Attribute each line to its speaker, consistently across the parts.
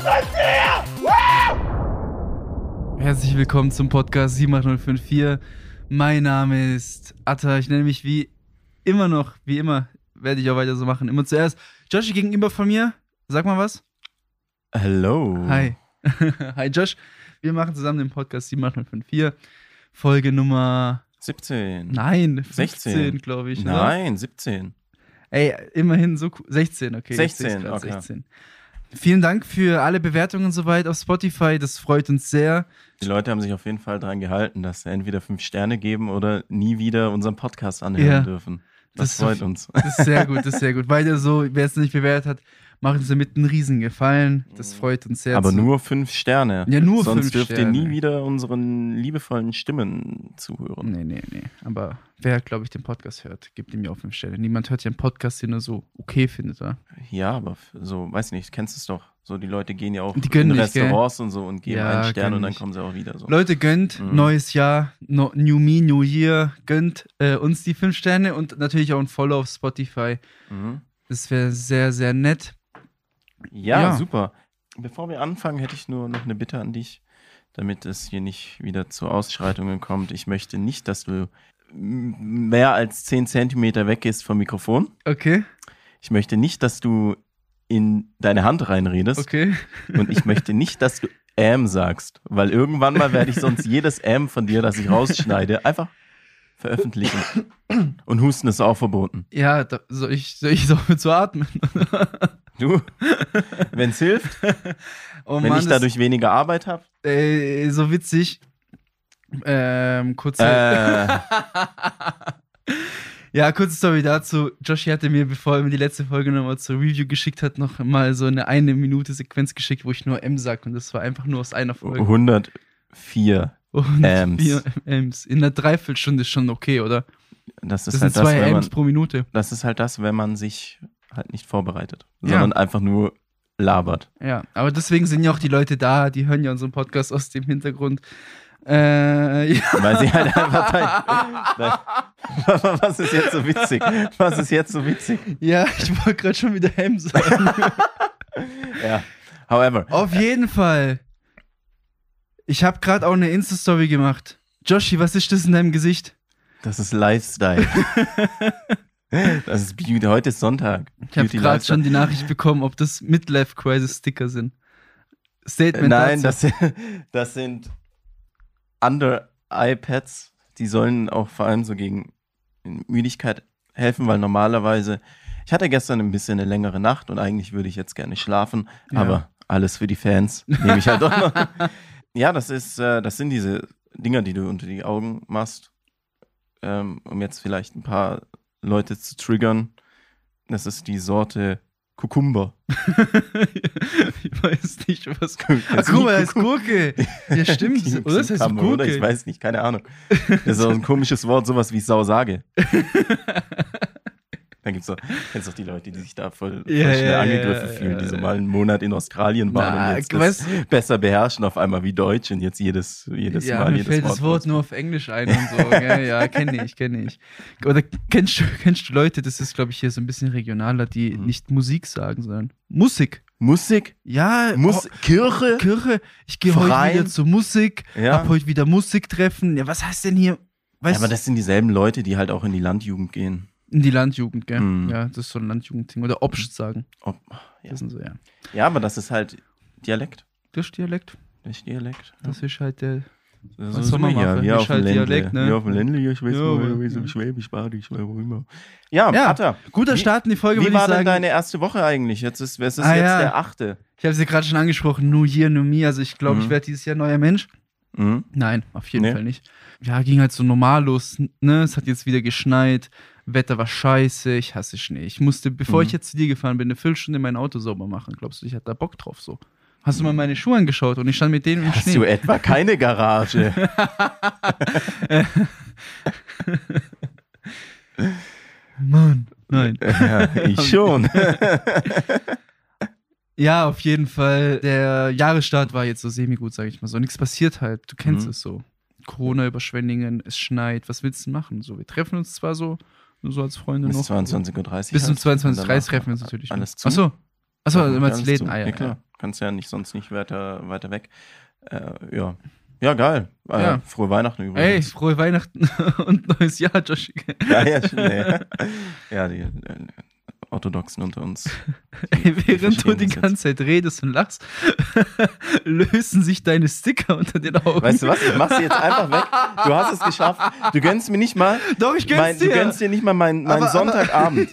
Speaker 1: sollst du her? Ah!
Speaker 2: Herzlich willkommen zum Podcast 78054. Mein Name ist Atta. Ich nenne mich wie immer noch, wie immer, werde ich auch weiter so machen. Immer zuerst. Josh gegenüber von mir. Sag mal was.
Speaker 3: Hello.
Speaker 2: Hi. Hi Josh. Wir machen zusammen den Podcast 78054. Folge Nummer.
Speaker 3: 17.
Speaker 2: Nein,
Speaker 3: 16.
Speaker 2: 15, glaube ich. oder?
Speaker 3: Nein, 17.
Speaker 2: Ey, immerhin so cool. 16, okay. jetzt sehe ich's
Speaker 3: 16,
Speaker 2: grad,
Speaker 3: okay.
Speaker 2: 16. Vielen Dank für alle Bewertungen soweit auf Spotify. Das freut uns sehr.
Speaker 3: Die Leute haben sich auf jeden Fall dran gehalten, dass sie entweder fünf Sterne geben oder nie wieder unseren Podcast anhören
Speaker 2: Ja.
Speaker 3: dürfen. Das,
Speaker 2: Das
Speaker 3: freut
Speaker 2: ist-
Speaker 3: uns.
Speaker 2: Das ist sehr gut, das ist sehr gut. Weiter so, wer es nicht bewertet hat, macht uns damit einen riesen Gefallen. Das freut uns sehr.
Speaker 3: Mhm. Aber
Speaker 2: zu-
Speaker 3: nur fünf Sterne.
Speaker 2: Ja, nur
Speaker 3: Sonst
Speaker 2: fünf
Speaker 3: dürft
Speaker 2: Sterne.
Speaker 3: ihr nie wieder unseren liebevollen Stimmen zuhören.
Speaker 2: Nee, nee, nee. Aber wer, glaube ich, den Podcast hört, gibt ihm ja auch fünf Sterne. Niemand hört ja einen Podcast, den er so okay findet, oder?
Speaker 3: Ja, aber f- so, weiß nicht, kennst es doch. So, die Leute gehen ja auch
Speaker 2: Die gönnen
Speaker 3: in
Speaker 2: nicht, gell?
Speaker 3: Restaurants und so und geben
Speaker 2: Ja,
Speaker 3: einen Stern
Speaker 2: gönnen
Speaker 3: und dann
Speaker 2: nicht.
Speaker 3: kommen sie auch wieder so.
Speaker 2: Leute, gönnt
Speaker 3: Mhm.
Speaker 2: neues Jahr, no, New Me, New Year, gönnt äh, uns die fünf Sterne und natürlich auch ein Follow auf Spotify.
Speaker 3: Mhm.
Speaker 2: Das wäre sehr, sehr nett.
Speaker 3: Ja,
Speaker 2: Ja.
Speaker 3: super. Bevor wir anfangen, hätte ich nur noch eine Bitte an dich, damit es hier nicht wieder zu Ausschreitungen kommt. Ich möchte nicht, dass du m- mehr als 10 Zentimeter weggehst vom Mikrofon.
Speaker 2: Okay,
Speaker 3: Ich möchte nicht, dass du in deine Hand reinredest.
Speaker 2: okay.
Speaker 3: Und ich möchte nicht, dass du ähm sagst, weil irgendwann mal werde ich sonst jedes ähm von dir, das ich rausschneide, einfach veröffentlichen. Und Husten ist auch verboten.
Speaker 2: Ja, da, soll ich, soll ich so zu atmen?
Speaker 3: Du, wenn es hilft,
Speaker 2: Oh
Speaker 3: wenn
Speaker 2: Mann,
Speaker 3: ich
Speaker 2: das-
Speaker 3: dadurch weniger Arbeit habe.
Speaker 2: Äh, so witzig. Ähm, kurze,
Speaker 3: Äh,
Speaker 2: ja, kurze Story dazu. Joshi hatte mir, bevor er mir die letzte Folge nochmal zur Review geschickt hat, noch mal so eine eine Minute Sequenz geschickt, wo ich nur M sag und das war einfach nur aus einer Folge.
Speaker 3: 104.
Speaker 2: Und
Speaker 3: Oh, Ms.
Speaker 2: vier Ms. In einer Dreiviertelstunde ist schon okay, oder?
Speaker 3: Das ist
Speaker 2: Das,
Speaker 3: halt
Speaker 2: sind
Speaker 3: das,
Speaker 2: zwei
Speaker 3: wenn
Speaker 2: Ms
Speaker 3: man,
Speaker 2: pro Minute.
Speaker 3: das ist halt das, wenn man sich halt nicht vorbereitet,
Speaker 2: Ja.
Speaker 3: sondern einfach nur labert.
Speaker 2: Ja, aber deswegen sind ja auch die Leute da, die hören ja unseren Podcast aus dem Hintergrund. Äh, ja,
Speaker 3: Weil sie halt einfach dein, dein, Was ist jetzt so witzig? Was ist jetzt so witzig?
Speaker 2: ja, ich wollte gerade schon wieder M sagen.
Speaker 3: Ja. However,
Speaker 2: Auf jeden Fall. Ich habe gerade auch eine Insta-Story gemacht. Joshi, was ist das in deinem Gesicht?
Speaker 3: das ist Lifestyle. Das ist Beauty. Heute ist Sonntag.
Speaker 2: Ich habe
Speaker 3: Beauty
Speaker 2: gerade
Speaker 3: Lifestyle.
Speaker 2: schon die Nachricht bekommen, ob das Midlife Crisis Sticker sind. Statement
Speaker 3: Äh, Nein,
Speaker 2: dazu.
Speaker 3: das, das sind Under-iPads. Die sollen auch vor allem so gegen Müdigkeit helfen, weil normalerweise, ich hatte gestern ein bisschen eine längere Nacht und eigentlich würde ich jetzt gerne schlafen,
Speaker 2: Ja.
Speaker 3: aber alles für die Fans nehme ich halt doch noch. Ja, das ist, äh, das sind diese Dinger, die du unter die Augen machst, ähm, um jetzt vielleicht ein paar Leute zu triggern. Das ist die Sorte Kukumber.
Speaker 2: ich weiß nicht, was. Ach,
Speaker 3: Ach,
Speaker 2: guck mal, das ist Gurke. Ja, stimmt.
Speaker 3: Kingdom
Speaker 2: oder? Das heißt
Speaker 3: Come,
Speaker 2: Gurke.
Speaker 3: oder? Ich weiß nicht, keine Ahnung. Das ist so ein komisches Wort, sowas wie Sau sage. Da gibt's doch, kennst doch die Leute, die sich da voll, voll
Speaker 2: Ja,
Speaker 3: schnell
Speaker 2: ja,
Speaker 3: angegriffen
Speaker 2: ja,
Speaker 3: fühlen, die
Speaker 2: ja,
Speaker 3: so
Speaker 2: ja.
Speaker 3: mal einen Monat in Australien waren
Speaker 2: Na,
Speaker 3: und jetzt
Speaker 2: weißt-
Speaker 3: das besser beherrschen auf einmal wie Deutsch und jetzt jedes, jedes
Speaker 2: ja,
Speaker 3: Mal
Speaker 2: mir
Speaker 3: jedes
Speaker 2: fällt das Wort nur auf Englisch ein und so. gell? Ja, kenne ich, kenne ich. Oder kennst du, kennst du Leute, das ist, glaube ich, hier so ein bisschen regionaler, die
Speaker 3: Mhm.
Speaker 2: nicht Musik sagen, sondern Musik.
Speaker 3: Musik,
Speaker 2: Ja,
Speaker 3: Mus Kirche.
Speaker 2: oh, Kirche. Ich gehe heute
Speaker 3: Verein.
Speaker 2: wieder zur Musik.
Speaker 3: Ja.
Speaker 2: Hab heute wieder Musiktreffen. Ja, was heißt denn hier?
Speaker 3: Ja,
Speaker 2: Weißt
Speaker 3: aber
Speaker 2: du,
Speaker 3: das sind dieselben Leute, die halt auch in die Landjugend gehen.
Speaker 2: in die Landjugend, gell?
Speaker 3: Mhm.
Speaker 2: Ja, das ist so ein Landjugendding. Oder Obst sagen.
Speaker 3: Ob, ja.
Speaker 2: Das sind so, ja.
Speaker 3: ja, aber das ist halt Dialekt.
Speaker 2: Das ist Dialekt.
Speaker 3: Das ist Dialekt.
Speaker 2: Das ist halt der.
Speaker 3: Das
Speaker 2: Was soll man
Speaker 3: ja,
Speaker 2: machen?
Speaker 3: Wir
Speaker 2: Ist
Speaker 3: auf dem
Speaker 2: halt
Speaker 3: Ländle.
Speaker 2: Dialekt, ne?
Speaker 3: Wir auf dem Ländle, ich weiß
Speaker 2: Ja,
Speaker 3: mal,
Speaker 2: aber-
Speaker 3: ich weiß Schwäbisch, Badisch, wo immer. Ja,
Speaker 2: Ja,
Speaker 3: Atta,
Speaker 2: Guter
Speaker 3: Wie-
Speaker 2: Start in die Folge,
Speaker 3: wie
Speaker 2: würde ich
Speaker 3: war denn
Speaker 2: sagen.
Speaker 3: deine erste Woche eigentlich? Jetzt ist, es ist
Speaker 2: Ah,
Speaker 3: jetzt
Speaker 2: ja.
Speaker 3: der achte.
Speaker 2: ich habe sie gerade schon angesprochen. New Year, New Me. Also, ich glaube,
Speaker 3: Mhm.
Speaker 2: ich werde dieses Jahr neuer Mensch.
Speaker 3: Mhm.
Speaker 2: Nein, auf jeden
Speaker 3: Nee.
Speaker 2: Fall nicht. Ja, ging halt so normal los. Ne? Es hat jetzt wieder geschneit. Wetter war scheiße. Ich hasse Schnee. Ich musste, bevor
Speaker 3: Mhm.
Speaker 2: ich jetzt zu dir gefahren bin, eine Viertelstunde mein Auto sauber machen. Glaubst du, ich hatte da Bock drauf so? Hast du mal meine Schuhe angeschaut und ich stand mit denen im
Speaker 3: Hast
Speaker 2: Schnee?
Speaker 3: du etwa keine Garage?
Speaker 2: Mann, nein.
Speaker 3: ja, ich schon.
Speaker 2: Ja, auf jeden Fall. Der Jahresstart war jetzt so semi-gut, sag ich mal so. Nichts passiert halt. Du kennst
Speaker 3: Mhm.
Speaker 2: es so. Corona über Schwenningen, es schneit. Was willst du denn machen? So, wir treffen uns zwar so, nur so als Freunde
Speaker 3: Bis
Speaker 2: noch.
Speaker 3: 22.30 Uhr.
Speaker 2: Bis um
Speaker 3: halt. Und
Speaker 2: 22.30 Uhr
Speaker 3: danach
Speaker 2: treffen wir uns natürlich.
Speaker 3: Alles zu.
Speaker 2: Achso, Achso,
Speaker 3: Ja,
Speaker 2: immer
Speaker 3: alles
Speaker 2: die Läden.
Speaker 3: zu.
Speaker 2: Ah, ja,
Speaker 3: ja, klar.
Speaker 2: ja.
Speaker 3: Kannst ja nicht, sonst nicht weiter, weiter weg. Äh, ja. Ja, geil. Äh,
Speaker 2: Ja.
Speaker 3: Frohe Weihnachten übrigens.
Speaker 2: Ey, frohe Weihnachten und neues Jahr, Josh.
Speaker 3: Ja, ja, stimmt, ja. ja die äh, Orthodoxen unter uns.
Speaker 2: Ey, während du
Speaker 3: verstehen
Speaker 2: die
Speaker 3: das jetzt.
Speaker 2: ganze Zeit redest und lachst, lösen sich deine Sticker unter den Augen.
Speaker 3: Weißt du was? Ich mach sie jetzt einfach weg. Du hast es geschafft. Du gönnst mir nicht mal.
Speaker 2: Doch, ich gönn's
Speaker 3: mein,
Speaker 2: dir.
Speaker 3: Du gönnst dir nicht mal meinen meinen
Speaker 2: Aber- aber-
Speaker 3: Sonntagabend.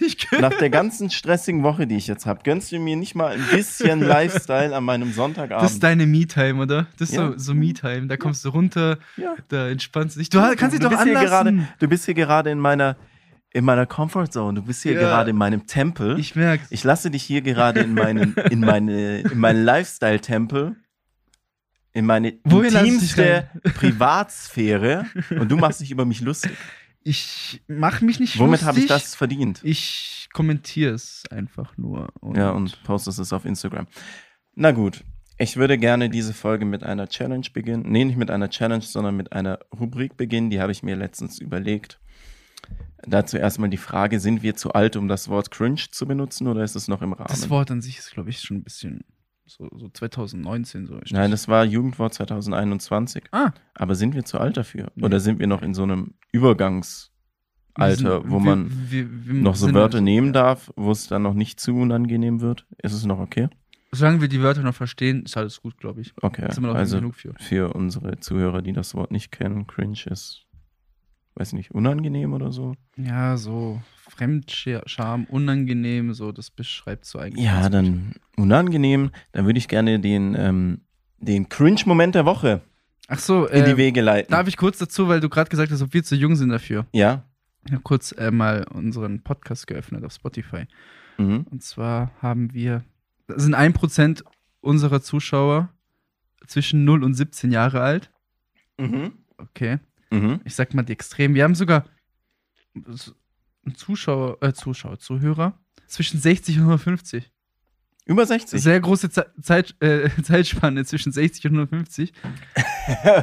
Speaker 2: Ich gönn-
Speaker 3: Nach der ganzen stressigen Woche, die ich jetzt habe, gönnst du mir nicht mal ein bisschen Lifestyle an meinem Sonntagabend.
Speaker 2: Das ist deine Me-Time, oder? Das ist
Speaker 3: Ähm, Ja.
Speaker 2: so, so Me-Time. Da kommst du runter,
Speaker 3: Ja.
Speaker 2: da entspannst du dich. Du ha- kannst dich
Speaker 3: du
Speaker 2: doch
Speaker 3: bist hier
Speaker 2: anlassen.
Speaker 3: gerade, Du bist hier gerade in meiner, in meiner Comfort Zone. Du bist hier
Speaker 2: Ja.
Speaker 3: gerade in meinem Tempel. Ich,
Speaker 2: ich merk's.
Speaker 3: lasse dich hier gerade in meinen, in meine, in meinen Lifestyle-Tempel. In meine
Speaker 2: Wohin lasse ich dich
Speaker 3: intimste Privatsphäre und du machst dich über mich lustig.
Speaker 2: Ich mach mich nicht
Speaker 3: Womit
Speaker 2: lustig.
Speaker 3: habe ich das verdient?
Speaker 2: Ich kommentiere es einfach nur.
Speaker 3: Ja, und postest es auf Instagram. Na gut, ich würde gerne diese Folge mit einer Challenge beginnen. Nee, nicht mit einer Challenge, sondern mit einer Rubrik beginnen. Die habe ich mir letztens überlegt. Dazu erstmal die Frage, sind wir zu alt, um das Wort cringe zu benutzen oder ist es noch im Rahmen?
Speaker 2: das Wort an sich ist, glaube ich, schon ein bisschen so, so 2019 so. ist
Speaker 3: Nein, das war Jugendwort 2021.
Speaker 2: Ah.
Speaker 3: Aber sind wir zu alt dafür?
Speaker 2: Nee.
Speaker 3: Oder sind wir noch in so einem Übergangsalter,
Speaker 2: Wir sind-
Speaker 3: wo
Speaker 2: wir-
Speaker 3: man
Speaker 2: wir- wir
Speaker 3: noch so
Speaker 2: sind-
Speaker 3: Wörter nehmen darf, wo es dann noch nicht zu unangenehm wird? Ist es noch okay?
Speaker 2: Solange wir die Wörter noch verstehen, ist alles gut, glaube ich.
Speaker 3: Okay.
Speaker 2: Sind wir noch
Speaker 3: also
Speaker 2: genug für.
Speaker 3: für unsere Zuhörer, die das Wort nicht kennen, cringe ist, weiß nicht, unangenehm oder so.
Speaker 2: Ja, so Fremdscham, unangenehm, so, das beschreibt so eigentlich.
Speaker 3: Ja,
Speaker 2: ganz gut.
Speaker 3: dann unangenehm. Dann würde ich gerne den, ähm, den Cringe-Moment der Woche
Speaker 2: Ach so,
Speaker 3: in die
Speaker 2: äh,
Speaker 3: Wege leiten.
Speaker 2: darf ich kurz dazu, weil du gerade gesagt hast, ob wir zu jung sind dafür.
Speaker 3: ja.
Speaker 2: Ich habe kurz äh, mal unseren Podcast geöffnet auf Spotify.
Speaker 3: Mhm.
Speaker 2: Und zwar haben wir, das sind 1% unserer Zuschauer zwischen 0 und 17 Jahre alt.
Speaker 3: Mhm.
Speaker 2: Okay.
Speaker 3: Mhm.
Speaker 2: Ich sag mal die Extremen. Wir haben sogar s- einen Zuschauer, äh, Zuschauer, Zuhörer zwischen 60 und 150.
Speaker 3: Über 60.
Speaker 2: Sehr große Ze Zeit, äh, Zeitspanne zwischen 60 und 150.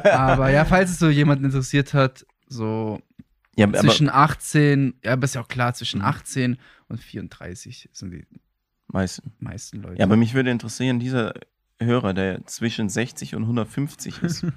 Speaker 2: aber ja, falls es so jemanden interessiert hat, so
Speaker 3: Ja, aber
Speaker 2: zwischen 18, ja, aber ist ja auch klar, zwischen
Speaker 3: Mhm.
Speaker 2: 18 und 34 sind die
Speaker 3: meisten.
Speaker 2: meisten Leute.
Speaker 3: Ja, aber mich würde interessieren, dieser Hörer, der zwischen 60 und 150 ist,
Speaker 2: ja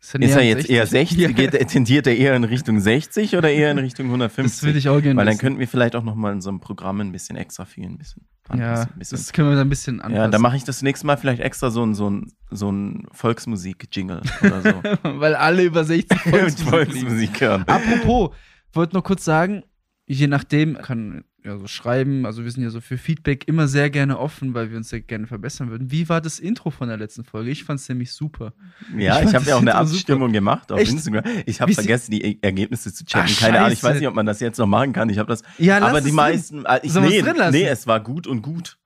Speaker 3: ist
Speaker 2: näher
Speaker 3: er
Speaker 2: an
Speaker 3: jetzt eher 60?
Speaker 2: Ja.
Speaker 3: Geht, er- tendiert er eher in Richtung 60 oder eher in Richtung 150?
Speaker 2: Das würde ich auch gerne
Speaker 3: Weil dann
Speaker 2: wissen.
Speaker 3: könnten wir vielleicht auch nochmal in so einem Programm ein bisschen extra viel, ein bisschen.
Speaker 2: ja,
Speaker 3: ein bisschen.
Speaker 2: das können wir dann ein bisschen anpassen.
Speaker 3: ja, dann mache ich das nächste Mal vielleicht extra so ein, so ein, so ein Volksmusik-Jingle oder so.
Speaker 2: Weil alle über 60 Volksmusik lieben.
Speaker 3: Volksmusik hören.
Speaker 2: Apropos, wollte noch kurz sagen, je nachdem kann ja so schreiben, also wir sind ja so für Feedback immer sehr gerne offen, weil wir uns sehr gerne verbessern würden. Wie war das Intro von der letzten Folge? Ich fand es nämlich super.
Speaker 3: Ja,
Speaker 2: Ich fand
Speaker 3: ich, habe ja
Speaker 2: das
Speaker 3: auch eine
Speaker 2: Intro
Speaker 3: Abstimmung gemacht auf
Speaker 2: Echt?
Speaker 3: Instagram. Ich
Speaker 2: Wie
Speaker 3: habe
Speaker 2: sie-
Speaker 3: vergessen, die E- Ergebnisse zu checken.
Speaker 2: Ach,
Speaker 3: Keine Ahnung, ich
Speaker 2: scheiße.
Speaker 3: weiß nicht, ob man das jetzt noch machen kann. Ich habe das.
Speaker 2: Ja, lass
Speaker 3: aber die
Speaker 2: es
Speaker 3: meisten. äh, Ich,
Speaker 2: Sollen wir's
Speaker 3: nee,
Speaker 2: drin lassen?
Speaker 3: nee, es war gut und gut.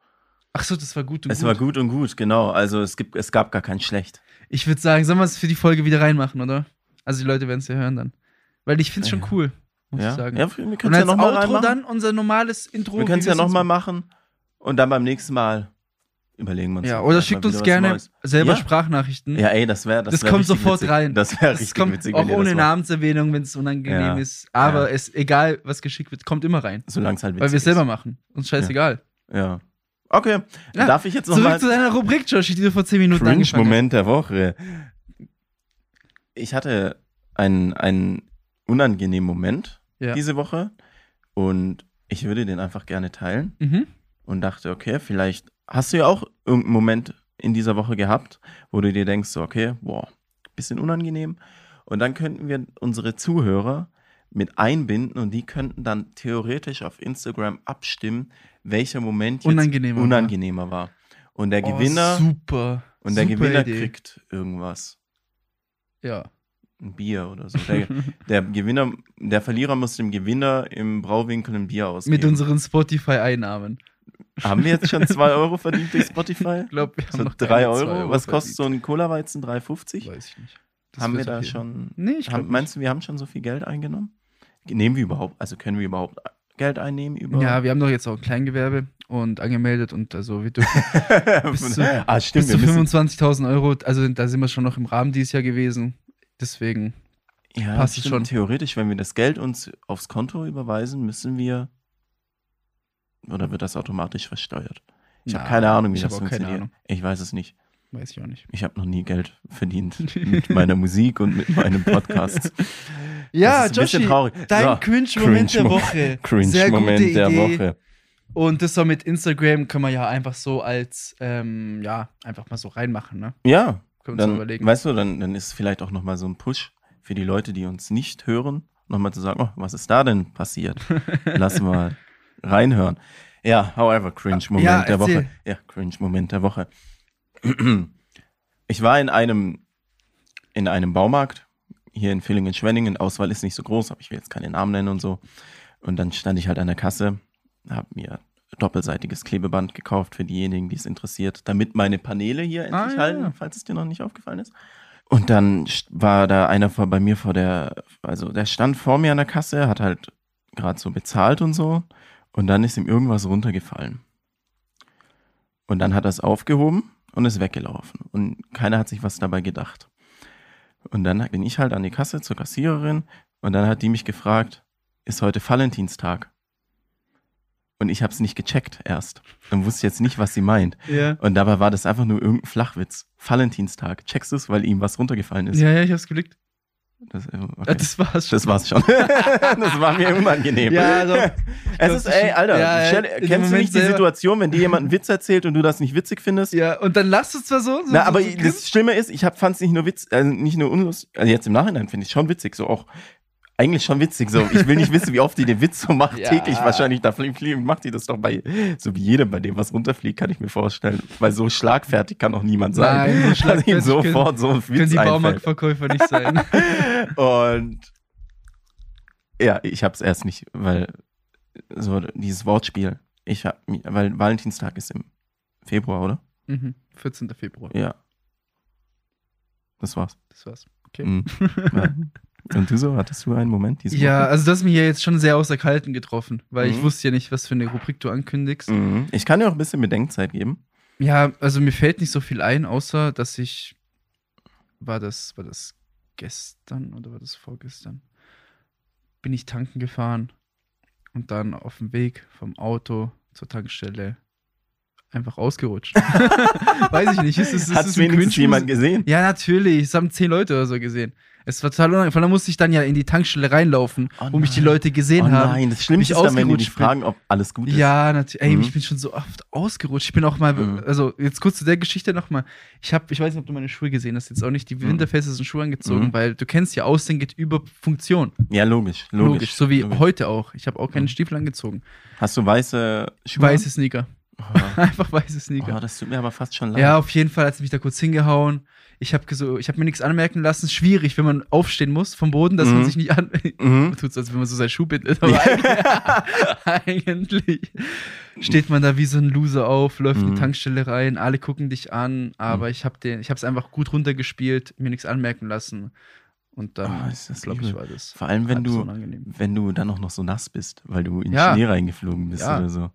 Speaker 2: Ach so, das war gut. und
Speaker 3: Es
Speaker 2: gut.
Speaker 3: war gut und gut, genau. Also es, gibt, es gab gar kein Schlecht.
Speaker 2: Ich würde sagen, sollen wir es für die Folge wieder reinmachen, oder? Also die Leute werden es ja hören dann. Weil ich finde es schon
Speaker 3: Ja.
Speaker 2: cool, muss
Speaker 3: Ja,
Speaker 2: ich sagen.
Speaker 3: ja wir
Speaker 2: Und
Speaker 3: können es ja
Speaker 2: als
Speaker 3: nochmal
Speaker 2: Outro
Speaker 3: reinmachen.
Speaker 2: dann unser normales Intro.
Speaker 3: Wir
Speaker 2: wie
Speaker 3: können es ja
Speaker 2: wir's jetzt
Speaker 3: nochmal machen und dann beim nächsten Mal überlegen wir uns.
Speaker 2: Ja,
Speaker 3: noch
Speaker 2: oder
Speaker 3: mal
Speaker 2: schickt
Speaker 3: wieder
Speaker 2: uns
Speaker 3: was
Speaker 2: gerne
Speaker 3: Neues.
Speaker 2: selber
Speaker 3: Ja.
Speaker 2: Sprachnachrichten.
Speaker 3: Ja, ey, das wäre. Das,
Speaker 2: das
Speaker 3: wär
Speaker 2: kommt
Speaker 3: richtig
Speaker 2: sofort
Speaker 3: witzig.
Speaker 2: rein.
Speaker 3: Das wäre
Speaker 2: das
Speaker 3: richtig
Speaker 2: kommt
Speaker 3: witzig.
Speaker 2: auch
Speaker 3: wenn ihr
Speaker 2: ohne
Speaker 3: das macht.
Speaker 2: Namenserwähnung, wenn es unangenehm
Speaker 3: Ja,
Speaker 2: ist. Aber
Speaker 3: ja.
Speaker 2: es egal, was geschickt wird, kommt immer rein.
Speaker 3: Solange es halt witzig
Speaker 2: weil wir es selber
Speaker 3: ist.
Speaker 2: machen. Uns scheißegal.
Speaker 3: Ja. Okay.
Speaker 2: Ja,
Speaker 3: Darf ich jetzt
Speaker 2: Zurück
Speaker 3: nochmal.
Speaker 2: zu deiner Rubrik, Joshi, die du vor 10 Minuten angefangen
Speaker 3: Cringe-Moment der Woche. Ich hatte einen, einen unangenehmen Moment
Speaker 2: Ja.
Speaker 3: diese Woche und ich würde den einfach gerne teilen
Speaker 2: hast. Mhm.
Speaker 3: und dachte, okay, vielleicht hast du ja auch irgendeinen Moment in dieser Woche gehabt, wo du dir denkst, so, okay, boah, bisschen unangenehm. Und dann könnten wir unsere Zuhörer mit einbinden und die könnten dann theoretisch auf Instagram abstimmen, welcher Moment jetzt
Speaker 2: Unangenehmer war.
Speaker 3: unangenehmer war. Und der Gewinner
Speaker 2: Oh, super.
Speaker 3: und der
Speaker 2: super
Speaker 3: Gewinner
Speaker 2: Idee.
Speaker 3: kriegt irgendwas.
Speaker 2: Ja.
Speaker 3: Ein Bier oder so. Der, der Gewinner, der Verlierer muss dem Gewinner im Brauwinkel ein Bier ausgeben.
Speaker 2: Mit unseren Spotify-Einnahmen.
Speaker 3: haben wir jetzt schon 2 Euro verdient durch Spotify?
Speaker 2: Ich glaube, wir haben
Speaker 3: So
Speaker 2: noch
Speaker 3: 3
Speaker 2: keine
Speaker 3: Euro?
Speaker 2: zwei
Speaker 3: Was kostet so
Speaker 2: verdient.
Speaker 3: ein Cola-Weizen? 3,50?
Speaker 2: Weiß ich nicht. Das
Speaker 3: Haben wir
Speaker 2: wird
Speaker 3: da
Speaker 2: okay.
Speaker 3: schon.
Speaker 2: Nee, ich
Speaker 3: Haben,
Speaker 2: glaube
Speaker 3: meinst du, wir haben schon so viel Geld eingenommen? Nehmen wir überhaupt, also können wir überhaupt Geld einnehmen? Über
Speaker 2: Ja, wir haben doch jetzt auch ein Kleingewerbe und angemeldet und also wir dürfen bis zu-
Speaker 3: ah, stimmt, wir
Speaker 2: bis zu
Speaker 3: müssen.
Speaker 2: 25.000 Euro, also da sind wir schon noch im Rahmen dieses Jahr gewesen. Deswegen,
Speaker 3: Ja,
Speaker 2: passt
Speaker 3: stimmt,
Speaker 2: schon.
Speaker 3: Theoretisch, wenn wir das Geld uns aufs Konto überweisen, müssen wir. Oder wird das automatisch versteuert? Ich habe
Speaker 2: Na,
Speaker 3: keine Ahnung, wie
Speaker 2: ich hab
Speaker 3: das
Speaker 2: auch keine
Speaker 3: funktioniert.
Speaker 2: Ahnung.
Speaker 3: Ich weiß es nicht.
Speaker 2: Weiß ich auch nicht.
Speaker 3: Ich habe noch nie Geld verdient mit meiner Musik und mit meinem Podcast.
Speaker 2: Ja,
Speaker 3: das ist ein bisschen
Speaker 2: Joshi,
Speaker 3: traurig.
Speaker 2: dein
Speaker 3: So,
Speaker 2: Cringe-Moment der
Speaker 3: Cringe-Moment.
Speaker 2: Woche. Sehr gute
Speaker 3: Cringe-Moment der
Speaker 2: Idee.
Speaker 3: Woche.
Speaker 2: Und das war mit Instagram, können wir ja einfach so als, ähm, ja, einfach mal so reinmachen, ne?
Speaker 3: Ja,
Speaker 2: Können wir uns
Speaker 3: dann,
Speaker 2: überlegen.
Speaker 3: weißt du, dann, dann ist vielleicht auch nochmal so ein Push für die Leute, die uns nicht hören, nochmal zu sagen, oh, was ist da denn passiert? Lass mal reinhören. Ja, however, Cringe-Moment
Speaker 2: Ja,
Speaker 3: der
Speaker 2: erzähl.
Speaker 3: Woche. Ja, Cringe-Moment der Woche. Ich war in einem, in einem Baumarkt hier in Villingen-Schwenningen. Auswahl ist nicht so groß, aber ich will jetzt keine Namen nennen und so. Und dann stand ich halt an der Kasse, habe mir doppelseitiges Klebeband gekauft für diejenigen, die es interessiert, damit meine Paneele hier endlich
Speaker 2: Ah, ja.
Speaker 3: halten, falls es dir noch nicht aufgefallen ist. Und dann st- war da einer vor, bei mir vor der, also der stand vor mir an der Kasse, hat halt gerade so bezahlt und so. Und dann ist ihm irgendwas runtergefallen. Und dann hat er es aufgehoben und ist weggelaufen. Und keiner hat sich was dabei gedacht. Und dann bin ich halt an die Kasse zur Kassiererin und dann hat die mich gefragt, ist heute Valentinstag? Und ich habe es nicht gecheckt erst. Dann wusste ich jetzt nicht, was sie meint.
Speaker 2: Ja.
Speaker 3: Und dabei war das einfach nur irgendein Flachwitz. Valentinstag. Checkst du es, weil ihm was runtergefallen ist?
Speaker 2: ja, ja, ich hab's geblickt.
Speaker 3: Das, äh,
Speaker 2: Ja,
Speaker 3: okay. das,
Speaker 2: Das war's schon.
Speaker 3: war's schon. das war mir unangenehm.
Speaker 2: Ja, also, ich
Speaker 3: es
Speaker 2: glaub,
Speaker 3: ist,
Speaker 2: das-
Speaker 3: ey, Alter,
Speaker 2: ja, in
Speaker 3: stell,
Speaker 2: dem
Speaker 3: kennst du
Speaker 2: Moment
Speaker 3: nicht die
Speaker 2: selber-
Speaker 3: Situation, wenn dir jemand einen Witz erzählt und du das nicht witzig findest?
Speaker 2: Ja, und dann lasst es zwar so. so
Speaker 3: Na,
Speaker 2: so,
Speaker 3: aber
Speaker 2: so
Speaker 3: das Schlimme ist, ich fand es nicht nur witz, also nicht nur unlustig, also jetzt im Nachhinein finde ich schon witzig, so auch eigentlich schon witzig, so ich will nicht wissen, wie oft die den Witz so macht,
Speaker 2: Ja.
Speaker 3: täglich wahrscheinlich, da flie- flie- macht die das doch bei, so wie jedem, bei dem was runterfliegt, kann ich mir vorstellen, weil so schlagfertig kann auch niemand
Speaker 2: Nein,
Speaker 3: sein,
Speaker 2: so
Speaker 3: dass ihm
Speaker 2: schlagfertig
Speaker 3: sofort so ein
Speaker 2: können
Speaker 3: Witz
Speaker 2: die
Speaker 3: einfällt.
Speaker 2: Baumarktverkäufer nicht sein.
Speaker 3: Und ja, ich hab's erst nicht, weil so dieses Wortspiel, ich hab, mi- weil Valentinstag ist im Februar, oder?
Speaker 2: mhm. 14. Februar,
Speaker 3: Ja. Das war's.
Speaker 2: das war's. Okay.
Speaker 3: Mm. Ja. Und du so, hattest du einen Moment diese
Speaker 2: Ja, also das hat mich ja jetzt schon sehr außer Kalten getroffen, weil ich
Speaker 3: Mhm.
Speaker 2: wusste ja nicht, was für eine Rubrik du ankündigst.
Speaker 3: Woche? Mhm. Ich kann dir auch ein bisschen Bedenkzeit geben.
Speaker 2: Ja, also mir fällt nicht so viel ein, außer dass ich. War das, war das gestern oder war das vorgestern? Bin ich tanken gefahren und dann auf dem Weg vom Auto zur Tankstelle einfach ausgerutscht. Weiß ich nicht. Ist, ist, ist,
Speaker 3: Hat
Speaker 2: ist ein
Speaker 3: wenigstens
Speaker 2: Cringe-Mus-
Speaker 3: jemand gesehen?
Speaker 2: Ja, natürlich. Es haben zehn Leute oder so gesehen. Es war total unangenehm. Vor allem musste ich dann ja in die Tankstelle reinlaufen,
Speaker 3: Oh
Speaker 2: wo mich die
Speaker 3: nein.
Speaker 2: Leute gesehen
Speaker 3: oh
Speaker 2: haben.
Speaker 3: nein, das Schlimmste
Speaker 2: mich
Speaker 3: ist dann, wenn die dich
Speaker 2: ausgerutscht bin.
Speaker 3: fragen, ob alles gut ist.
Speaker 2: Ja, natürlich. Ey,
Speaker 3: Mhm.
Speaker 2: ich bin schon so oft ausgerutscht. Ich bin auch mal,
Speaker 3: Mhm.
Speaker 2: also jetzt kurz zu der Geschichte nochmal. Ich habe, ich weiß nicht, ob du meine Schuhe gesehen hast, jetzt auch nicht die
Speaker 3: Mhm.
Speaker 2: winterfestesten Schuhe angezogen,
Speaker 3: Mhm.
Speaker 2: weil du kennst ja, Aussehen geht über Funktion.
Speaker 3: Ja, logisch,
Speaker 2: Logisch.
Speaker 3: logisch.
Speaker 2: So wie
Speaker 3: logisch.
Speaker 2: heute auch. Ich habe auch keine
Speaker 3: Mhm.
Speaker 2: Stiefel angezogen.
Speaker 3: Hast du weiße Schuhe?
Speaker 2: Weiße Sneaker.
Speaker 3: Oh.
Speaker 2: Einfach weiße
Speaker 3: Oh,
Speaker 2: Sneaker.
Speaker 3: das tut mir aber fast schon leid.
Speaker 2: ja, auf jeden Fall hat sie mich da kurz hingehauen. Ich habe so, ich hab mir nichts anmerken lassen. Schwierig, wenn man aufstehen muss vom Boden, dass man
Speaker 3: Mhm.
Speaker 2: sich nicht an.
Speaker 3: Mhm.
Speaker 2: Tut's, als wenn man so seinen Schuh bittet. Aber eigentlich, eigentlich steht man da wie so ein Loser auf, läuft in
Speaker 3: Mhm.
Speaker 2: die Tankstelle rein, alle gucken dich an, aber ich habe den, ich habe es einfach gut runtergespielt, mir nichts anmerken lassen. Und dann,
Speaker 3: Oh, ist das
Speaker 2: glaube ich,
Speaker 3: übel.
Speaker 2: war das.
Speaker 3: Vor allem, wenn
Speaker 2: halb so
Speaker 3: du,
Speaker 2: unangenehm.
Speaker 3: wenn du dann auch noch so nass bist, weil du in
Speaker 2: Ja.
Speaker 3: Schnee reingeflogen bist
Speaker 2: Ja.
Speaker 3: oder so.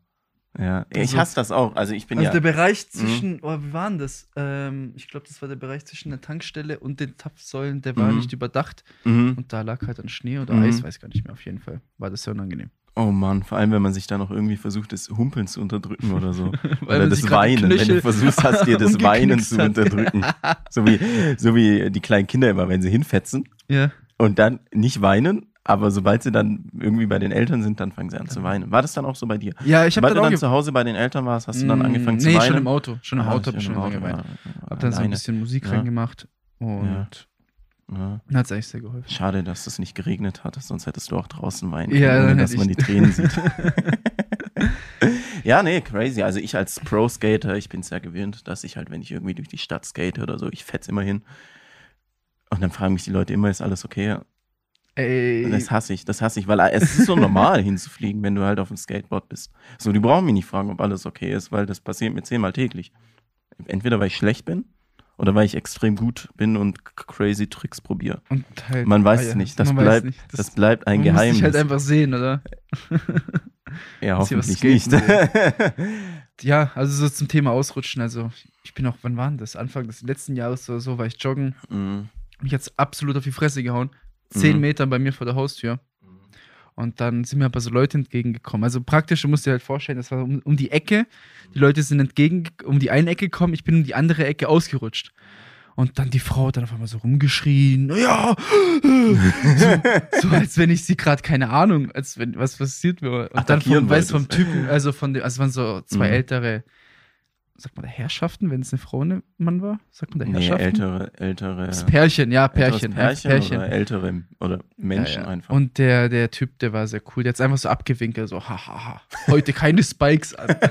Speaker 3: Ja, ich
Speaker 2: Also-
Speaker 3: hasse das auch. Also ich bin
Speaker 2: Also der
Speaker 3: ja. Mhm.
Speaker 2: Bereich zwischen, oh, wie war denn das? Ähm, ich glaube, das war der Bereich zwischen der Tankstelle und den Tapfsäulen, der war
Speaker 3: Mhm.
Speaker 2: nicht überdacht.
Speaker 3: Mhm.
Speaker 2: Und da lag halt dann Schnee oder
Speaker 3: Mhm.
Speaker 2: Eis, weiß gar nicht mehr, auf jeden Fall. War das sehr unangenehm.
Speaker 3: Oh Mann, vor allem, wenn man sich da noch irgendwie versucht, das Humpeln zu unterdrücken oder so.
Speaker 2: Weil
Speaker 3: Oder
Speaker 2: man
Speaker 3: das
Speaker 2: sich gerade die
Speaker 3: Weinen, wenn du
Speaker 2: Knöchel
Speaker 3: versuchst hast, dir das Weinen zu
Speaker 2: umgeknickst hat.
Speaker 3: unterdrücken. So wie, so wie die kleinen Kinder immer, wenn sie hinfetzen
Speaker 2: Ja.
Speaker 3: und dann nicht weinen, aber sobald sie dann irgendwie bei den Eltern sind, dann fangen sie an zu weinen. War das dann auch so bei dir?
Speaker 2: Ja, ich habe
Speaker 3: sobald
Speaker 2: dann auch
Speaker 3: du dann
Speaker 2: ge-
Speaker 3: zu Hause bei den Eltern warst, hast du dann
Speaker 2: Mm,
Speaker 3: angefangen zu
Speaker 2: nee,
Speaker 3: weinen?
Speaker 2: schon im Auto. Schon im
Speaker 3: Ah,
Speaker 2: Auto habe ich schon
Speaker 3: im
Speaker 2: lange
Speaker 3: Auto,
Speaker 2: geweint.
Speaker 3: ja.
Speaker 2: Hab dann so ein
Speaker 3: Alleine.
Speaker 2: bisschen Musik
Speaker 3: Ja.
Speaker 2: reingemacht und
Speaker 3: Ja. Ja.
Speaker 2: dann hat's eigentlich sehr geholfen.
Speaker 3: Schade, dass es nicht geregnet hat, sonst hättest du auch draußen weinen können,
Speaker 2: Ja,
Speaker 3: ohne
Speaker 2: dann
Speaker 3: dass
Speaker 2: hätte
Speaker 3: man die
Speaker 2: ich-
Speaker 3: Tränen sieht. ja, nee, crazy. Also ich als Pro-Skater, ich bin es ja gewöhnt, dass ich halt, wenn ich irgendwie durch die Stadt skate oder so, ich fetz immer hin. Und dann fragen mich die Leute immer, ist alles okay?
Speaker 2: Ey,
Speaker 3: Und Das hasse ich, das hasse ich, weil äh, es ist so normal hinzufliegen, wenn du halt auf dem Skateboard bist. So, die brauchen mich nicht fragen, ob alles okay ist, weil das passiert mir zehnmal täglich. Entweder weil ich schlecht bin oder weil ich extrem gut bin und k- crazy Tricks probiere.
Speaker 2: und halt,
Speaker 3: Man weiß
Speaker 2: ah
Speaker 3: es
Speaker 2: ja,
Speaker 3: nicht. Das
Speaker 2: man weiß
Speaker 3: bleibt,
Speaker 2: nicht.
Speaker 3: Das, bleibt
Speaker 2: man
Speaker 3: ein
Speaker 2: muss dich
Speaker 3: Geheimnis.
Speaker 2: halt einfach sehen, oder?
Speaker 3: ja,
Speaker 2: dass sie was
Speaker 3: hoffentlich nicht.
Speaker 2: Ja, also so zum Thema Ausrutschen. Also ich bin auch, wann war denn das? Anfang des letzten Jahres oder so war ich joggen.
Speaker 3: Mm.
Speaker 2: Mich hat's absolut auf die Fresse gehauen. Zehn
Speaker 3: Mhm.
Speaker 2: Meter bei mir vor der Haustür. Und dann sind mir aber so Leute entgegengekommen. Also praktisch, du musst dir halt vorstellen, das war um, um die Ecke. Die Leute sind entgegen, um die eine Ecke gekommen, ich bin um die andere Ecke ausgerutscht. Und dann die Frau hat dann auf einmal so rumgeschrien, ja, so, so als wenn ich sie gerade, keine Ahnung, als wenn, was passiert mir. Und dann
Speaker 3: Attackieren
Speaker 2: vom, weißt, vom
Speaker 3: wolltest.
Speaker 2: Typen, also von dem, also es waren so zwei
Speaker 3: Mhm.
Speaker 2: ältere, sagt man da Herrschaften, wenn es eine Frau und ein Mann war? Sagt man da
Speaker 3: Nee,
Speaker 2: Herrschaften?
Speaker 3: ältere, ältere.
Speaker 2: Das Pärchen, ja,
Speaker 3: älteres
Speaker 2: Pärchen.
Speaker 3: Pärchen,
Speaker 2: Pärchen, Pärchen.
Speaker 3: Oder ältere oder Menschen
Speaker 2: Ja, ja.
Speaker 3: einfach.
Speaker 2: Und der, der Typ, der war sehr cool, der hat einfach so abgewinkelt, so, hahaha, heute keine Spikes an.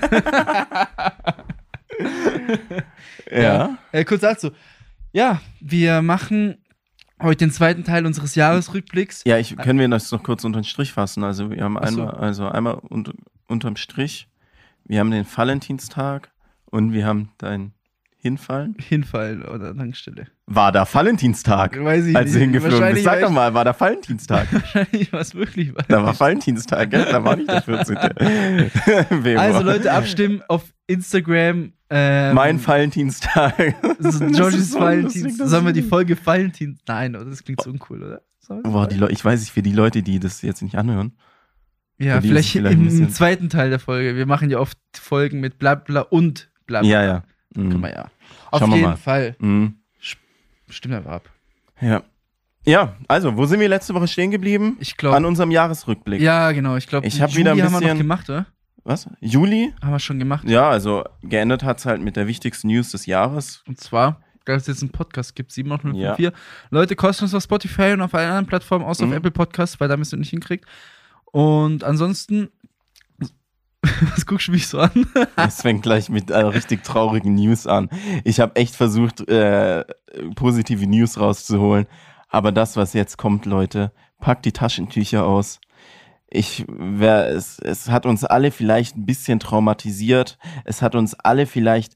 Speaker 3: ja.
Speaker 2: Äh, kurz dazu. Ja, wir machen heute den zweiten Teil unseres Jahresrückblicks.
Speaker 3: Ja, ich, können wir das noch kurz unter den Strich fassen? Also wir haben
Speaker 2: Ach so.
Speaker 3: einmal, also einmal unter, unterm Strich, wir haben den Valentinstag und wir haben dein Hinfallen.
Speaker 2: Hinfall oder Tankstelle.
Speaker 3: War da Valentinstag,
Speaker 2: Weiß ich
Speaker 3: als du hingeflogen bist?
Speaker 2: Wahrscheinlich
Speaker 3: Sag doch
Speaker 2: war
Speaker 3: mal, war da Valentinstag?
Speaker 2: ich- Wahrscheinlich war es wirklich. War.
Speaker 3: da war Valentinstag, gell? da war nicht der 14. Februar.
Speaker 2: Also Leute, abstimmen auf Instagram. Ähm,
Speaker 3: mein Valentinstag.
Speaker 2: so
Speaker 3: Das ist
Speaker 2: Georges
Speaker 3: so
Speaker 2: Valentins.
Speaker 3: lustig, das
Speaker 2: Sollen wir
Speaker 3: ist-
Speaker 2: die Folge Valentins? Nein, oder? das klingt so uncool, oder? Sollen wir-
Speaker 3: Boah, die Leu- ich weiß nicht, für die Leute, die das jetzt nicht anhören.
Speaker 2: Ja,
Speaker 3: die
Speaker 2: vielleicht,
Speaker 3: sind vielleicht ein
Speaker 2: im
Speaker 3: bisschen-
Speaker 2: zweiten Teil der Folge. Wir machen ja oft Folgen mit bla bla und bla bla.
Speaker 3: Ja, ja.
Speaker 2: Kann
Speaker 3: Mhm.
Speaker 2: man ja. Auf
Speaker 3: Schauen wir
Speaker 2: jeden
Speaker 3: mal.
Speaker 2: Fall.
Speaker 3: Mhm.
Speaker 2: Stimmt einfach ab.
Speaker 3: Ja. Ja, also, wo sind wir letzte Woche stehen geblieben?
Speaker 2: Ich
Speaker 3: An
Speaker 2: glaube.
Speaker 3: unserem Jahresrückblick.
Speaker 2: Ja, genau. Ich glaube,
Speaker 3: Ich hab wieder ein
Speaker 2: haben wir noch
Speaker 3: bisschen-
Speaker 2: gemacht, oder?
Speaker 3: Was? Juli?
Speaker 2: Haben wir schon gemacht.
Speaker 3: Ja, also geändert hat es halt mit der wichtigsten News des Jahres.
Speaker 2: Und zwar, dass es jetzt einen Podcast gibt, 7.054.
Speaker 3: Ja.
Speaker 2: Leute, kostenlos auf Spotify und auf allen anderen Plattformen, außer
Speaker 3: Mhm.
Speaker 2: auf Apple Podcasts, weil da müsst ihr nicht hinkriegt. Und ansonsten, was guckst du mich so an?
Speaker 3: Es fängt gleich mit äh, richtig traurigen News an. Ich habe echt versucht, äh, positive News rauszuholen. Aber das, was jetzt kommt, Leute, packt die Taschentücher aus. Ich, wer, es, es hat uns alle vielleicht ein bisschen traumatisiert. Es hat uns alle vielleicht,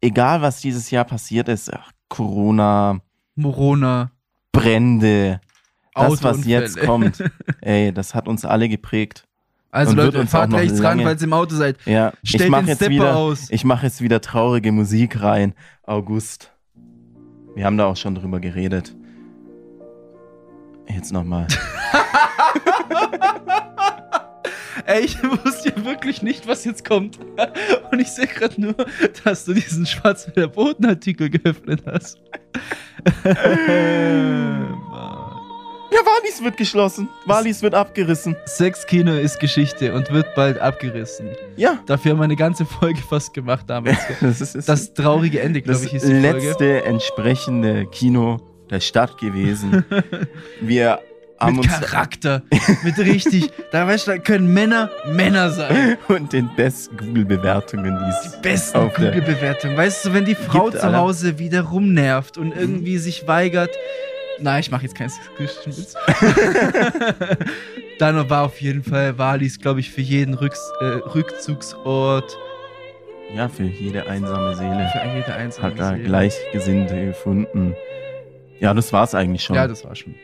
Speaker 3: egal was dieses Jahr passiert ist, ach, Corona,
Speaker 2: Morona,
Speaker 3: Brände, das, was
Speaker 2: Autounfälle.
Speaker 3: jetzt kommt, ey, das hat uns alle geprägt.
Speaker 2: Also
Speaker 3: Und wird
Speaker 2: Leute,
Speaker 3: uns auch
Speaker 2: fahrt
Speaker 3: noch
Speaker 2: rechts ran,
Speaker 3: lange-
Speaker 2: falls ihr im Auto seid.
Speaker 3: Ja, ich
Speaker 2: Stellt
Speaker 3: mache
Speaker 2: den
Speaker 3: jetzt
Speaker 2: Stepper
Speaker 3: wieder,
Speaker 2: aus.
Speaker 3: ich mache jetzt wieder traurige Musik rein. August. Wir haben da auch schon drüber geredet. Jetzt nochmal.
Speaker 2: Ey, ich wusste ja wirklich nicht, was jetzt kommt. Und ich sehe gerade nur, dass du diesen Schwarzwälder Bodenartikel geöffnet hast. Mann.
Speaker 3: ja, Walis wird geschlossen. Walis wird abgerissen.
Speaker 2: Sexkino ist Geschichte und wird bald abgerissen.
Speaker 3: Ja.
Speaker 2: Dafür haben wir eine ganze Folge fast gemacht damals.
Speaker 3: Das ist, ist
Speaker 2: Das traurige Ende, glaube
Speaker 3: das
Speaker 2: ich, ist die
Speaker 3: letzte
Speaker 2: Folge.
Speaker 3: entsprechende Kino der Stadt gewesen. Wir haben
Speaker 2: Mit
Speaker 3: uns
Speaker 2: Charakter, mit richtig, da weißt du, da können Männer Männer sein.
Speaker 3: und den besten Google-Bewertungen, die es
Speaker 2: Besten
Speaker 3: Auf der-
Speaker 2: Google-Bewertung. Weißt du, wenn die Frau
Speaker 3: Gibt
Speaker 2: zu
Speaker 3: alle. Mhm.
Speaker 2: Hause wieder rumnervt und irgendwie sich weigert, nein, ich mache jetzt keinen sexistischen Witz. Dann war auf jeden Fall Walis, glaube ich, für jeden Rücks äh, Rückzugsort
Speaker 3: Ja, für jede einsame Seele.
Speaker 2: für jede einzelne
Speaker 3: hat da
Speaker 2: Seele.
Speaker 3: Gleichgesinnte gefunden. Ja, das war's eigentlich schon.
Speaker 2: Ja, das war schon.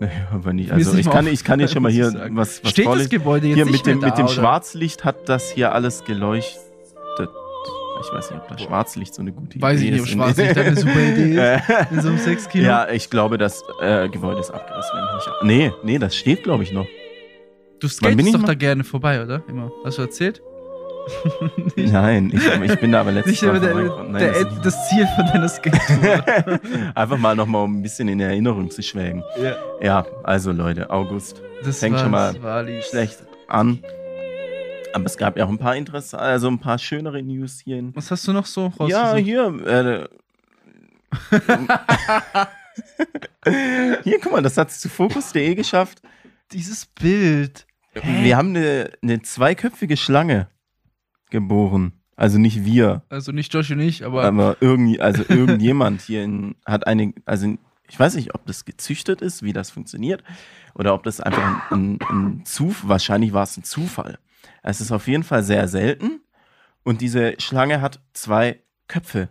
Speaker 3: Naja, aber nicht.
Speaker 2: Mir
Speaker 3: Also
Speaker 2: ist nicht
Speaker 3: ich
Speaker 2: mal
Speaker 3: kann, ich kann dir schon mal hier
Speaker 2: aufgefallen,
Speaker 3: was, was
Speaker 2: Steht das
Speaker 3: vorlesen.
Speaker 2: Gebäude jetzt
Speaker 3: Hier
Speaker 2: nicht
Speaker 3: mit dem,
Speaker 2: mehr
Speaker 3: mit dem
Speaker 2: da, oder?
Speaker 3: Schwarzlicht hat das hier alles geleuchtet. Ich weiß nicht, ob das Schwarzlicht so eine gute Idee
Speaker 2: Weiß ich nicht, ob
Speaker 3: ist.
Speaker 2: Schwarzlicht eine super Idee ist. um In so einem Sexkino.
Speaker 3: ja, ich glaube, das äh, Gebäude ist abgerissen. wenn ich nicht- Nee, nee, das steht, glaube ich, noch.
Speaker 2: Du
Speaker 3: Wann bin
Speaker 2: skatest
Speaker 3: ich
Speaker 2: doch
Speaker 3: mal-
Speaker 2: da gerne vorbei, oder? Immer. Hast du erzählt? Nicht-
Speaker 3: Nein, ich, ich bin da aber letztes
Speaker 2: Nicht
Speaker 3: Mal
Speaker 2: immer der,
Speaker 3: vorbeigekommen. Nein,
Speaker 2: der,
Speaker 3: das ist
Speaker 2: das,
Speaker 3: nicht-
Speaker 2: Ziel von deiner Skate.
Speaker 3: Einfach mal nochmal, um ein bisschen in Erinnerung zu schwelgen.
Speaker 2: ja.
Speaker 3: Ja, also Leute, August.
Speaker 2: Das
Speaker 3: Fängt
Speaker 2: war,
Speaker 3: schon mal
Speaker 2: das war lieb.
Speaker 3: schlecht an. Aber es gab ja auch ein paar Interesse, also ein paar schönere News hier. In
Speaker 2: Was hast du noch so rausgesucht?
Speaker 3: ja, hier. Äh, hier, guck mal, das hat es zu Fokus.de geschafft.
Speaker 2: Dieses Bild. Hä?
Speaker 3: Wir haben eine, eine zweiköpfige Schlange geboren. Also nicht wir,
Speaker 2: Also nicht Josh und ich, aber
Speaker 3: aber irgendwie, also irgendjemand hier in, hat eine, also ich weiß nicht, ob das gezüchtet ist, wie das funktioniert, oder ob das einfach ein, ein, ein Zufall, wahrscheinlich war es ein Zufall. Es ist auf jeden Fall sehr selten und diese Schlange hat zwei Köpfe.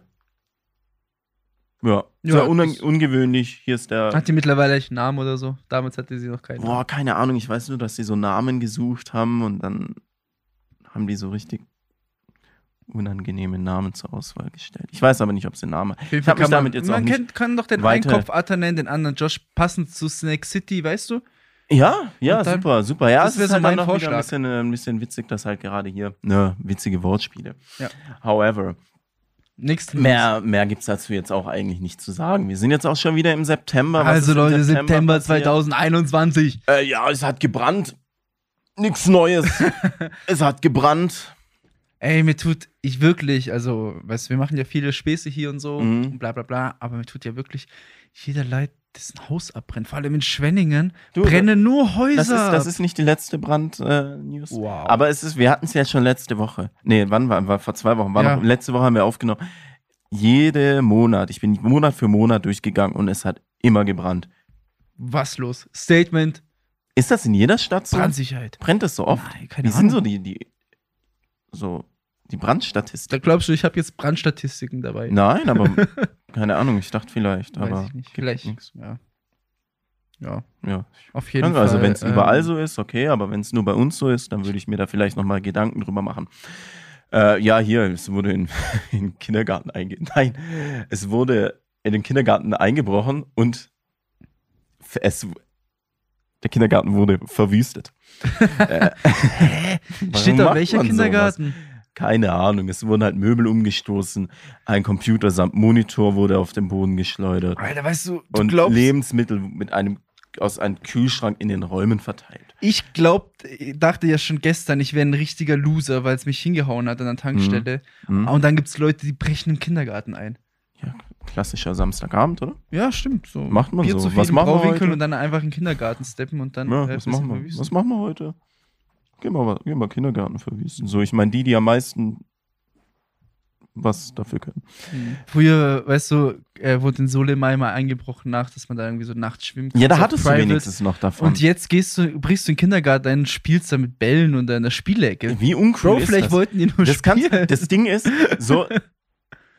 Speaker 3: Ja,
Speaker 2: Ja,
Speaker 3: sehr unang-
Speaker 2: das-
Speaker 3: ungewöhnlich. Hier ist der.
Speaker 2: hat die mittlerweile echt einen Namen oder so? Damals hatte sie noch keinen.
Speaker 3: Boah, keine Ahnung, ich weiß nur, dass sie so Namen gesucht haben und dann haben die so richtig unangenehme Namen zur Auswahl gestellt. Ich weiß aber nicht, ob sie Namen
Speaker 2: Auf jeden
Speaker 3: ich hab mich
Speaker 2: kann man,
Speaker 3: damit jetzt auch
Speaker 2: man
Speaker 3: nicht
Speaker 2: kennt, kann doch den einen
Speaker 3: weiter-
Speaker 2: Kopf Atta nennen, den anderen Josh, passend zu Snack City, weißt du?
Speaker 3: Ja, ja,
Speaker 2: Und dann-
Speaker 3: super, super. Ja,
Speaker 2: das
Speaker 3: es
Speaker 2: wäre
Speaker 3: ist
Speaker 2: so
Speaker 3: halt dann
Speaker 2: mein
Speaker 3: noch wieder ein
Speaker 2: Vorschlag.
Speaker 3: bisschen, äh, ein bisschen witzig, dass halt gerade hier ne, witzige Wortspiele.
Speaker 2: Ja.
Speaker 3: However,
Speaker 2: Nächsten
Speaker 3: mehr, mehr gibt es dazu jetzt auch eigentlich nicht zu sagen. Wir sind jetzt auch schon wieder im September. Was
Speaker 2: Also
Speaker 3: ist im
Speaker 2: Leute, September,
Speaker 3: passiert?
Speaker 2: 2021.
Speaker 3: Äh, ja, es hat gebrannt. Nix Neues. es hat gebrannt.
Speaker 2: Ey, mir tut ich wirklich, also, weißt du, wir machen ja viele Späße hier und so,
Speaker 3: Mhm.
Speaker 2: und bla bla bla, aber mir tut ja wirklich jeder Leid, dessen Haus abbrennt. Vor allem in Schwenningen
Speaker 3: Du,
Speaker 2: brennen nur Häuser.
Speaker 3: Das ist, das
Speaker 2: ab.
Speaker 3: ist nicht die letzte äh, Brand-News.
Speaker 2: Wow.
Speaker 3: Aber es ist, wir hatten es ja schon letzte Woche. Nee, wann war, war vor zwei Wochen. War
Speaker 2: Ja.
Speaker 3: noch, letzte Woche haben wir aufgenommen. Jede Monat, ich bin Monat für Monat durchgegangen und es hat immer gebrannt.
Speaker 2: Was los? Statement,
Speaker 3: Ist das in jeder Stadt so?
Speaker 2: Brandsicherheit.
Speaker 3: Brennt das so oft?
Speaker 2: Nein,
Speaker 3: Wie
Speaker 2: keine
Speaker 3: sind
Speaker 2: Ahnung.
Speaker 3: so die, die, so die Brandstatistiken?
Speaker 2: da glaubst du, ich habe jetzt Brandstatistiken dabei.
Speaker 3: Nein, aber keine Ahnung, ich dachte vielleicht,
Speaker 2: Weiß
Speaker 3: aber
Speaker 2: ich nicht.
Speaker 3: gibt
Speaker 2: Vielleicht.
Speaker 3: nix.
Speaker 2: Ja. ja,
Speaker 3: Ja.
Speaker 2: auf jeden Fall.
Speaker 3: also wenn es
Speaker 2: ähm,
Speaker 3: überall so ist, okay, aber wenn es nur bei uns so ist, dann würde ich mir da vielleicht nochmal Gedanken drüber machen. Äh, ja, hier, es wurde in, in den Kindergarten eingebrochen. Nein, es wurde in den Kindergarten eingebrochen und f- es, der Kindergarten wurde verwüstet. äh,
Speaker 2: Steht da
Speaker 3: macht
Speaker 2: welcher
Speaker 3: man sowas?
Speaker 2: Kindergarten?
Speaker 3: Keine Ahnung, es wurden halt Möbel umgestoßen, ein Computer samt Monitor wurde auf den Boden geschleudert
Speaker 2: Alter, weißt du, du
Speaker 3: und
Speaker 2: glaubst,
Speaker 3: Lebensmittel mit einem, aus einem Kühlschrank in den Räumen verteilt.
Speaker 2: ich glaubt, ich dachte ja schon gestern, ich wäre ein richtiger Loser, weil es mich hingehauen hat an der Tankstelle.
Speaker 3: Mhm.
Speaker 2: Ah, Und dann gibt es Leute, die brechen im Kindergarten ein.
Speaker 3: Ja, klassischer Samstagabend, oder?
Speaker 2: Ja, stimmt. So
Speaker 3: Macht man
Speaker 2: Bier
Speaker 3: so.
Speaker 2: Zu viel
Speaker 3: Was
Speaker 2: im
Speaker 3: machen wir
Speaker 2: Brauwinkel
Speaker 3: heute?
Speaker 2: und dann einfach in den Kindergarten steppen und dann.
Speaker 3: Ja,
Speaker 2: äh,
Speaker 3: was,
Speaker 2: bisschen
Speaker 3: machen wir?
Speaker 2: verwüsten.
Speaker 3: was machen wir heute? Gehen wir mal, gehen wir Kindergarten verwiesen. So, ich meine, die, die am meisten was dafür können.
Speaker 2: Hm. Früher, weißt du, äh, wurde in Solemai mal eingebrochen nach, dass man da irgendwie so nachts schwimmt.
Speaker 3: Ja, da
Speaker 2: so
Speaker 3: hattest
Speaker 2: private.
Speaker 3: du wenigstens noch davon.
Speaker 2: Also Und jetzt gehst du, brichst du in den Kindergarten ein, und spielst da mit Bällen und einer Spielecke.
Speaker 3: Oh, Wie uncool
Speaker 2: Bro,
Speaker 3: ist
Speaker 2: vielleicht
Speaker 3: das?
Speaker 2: wollten die nur
Speaker 3: das, kannst,
Speaker 2: spielen.
Speaker 3: das Ding ist, so,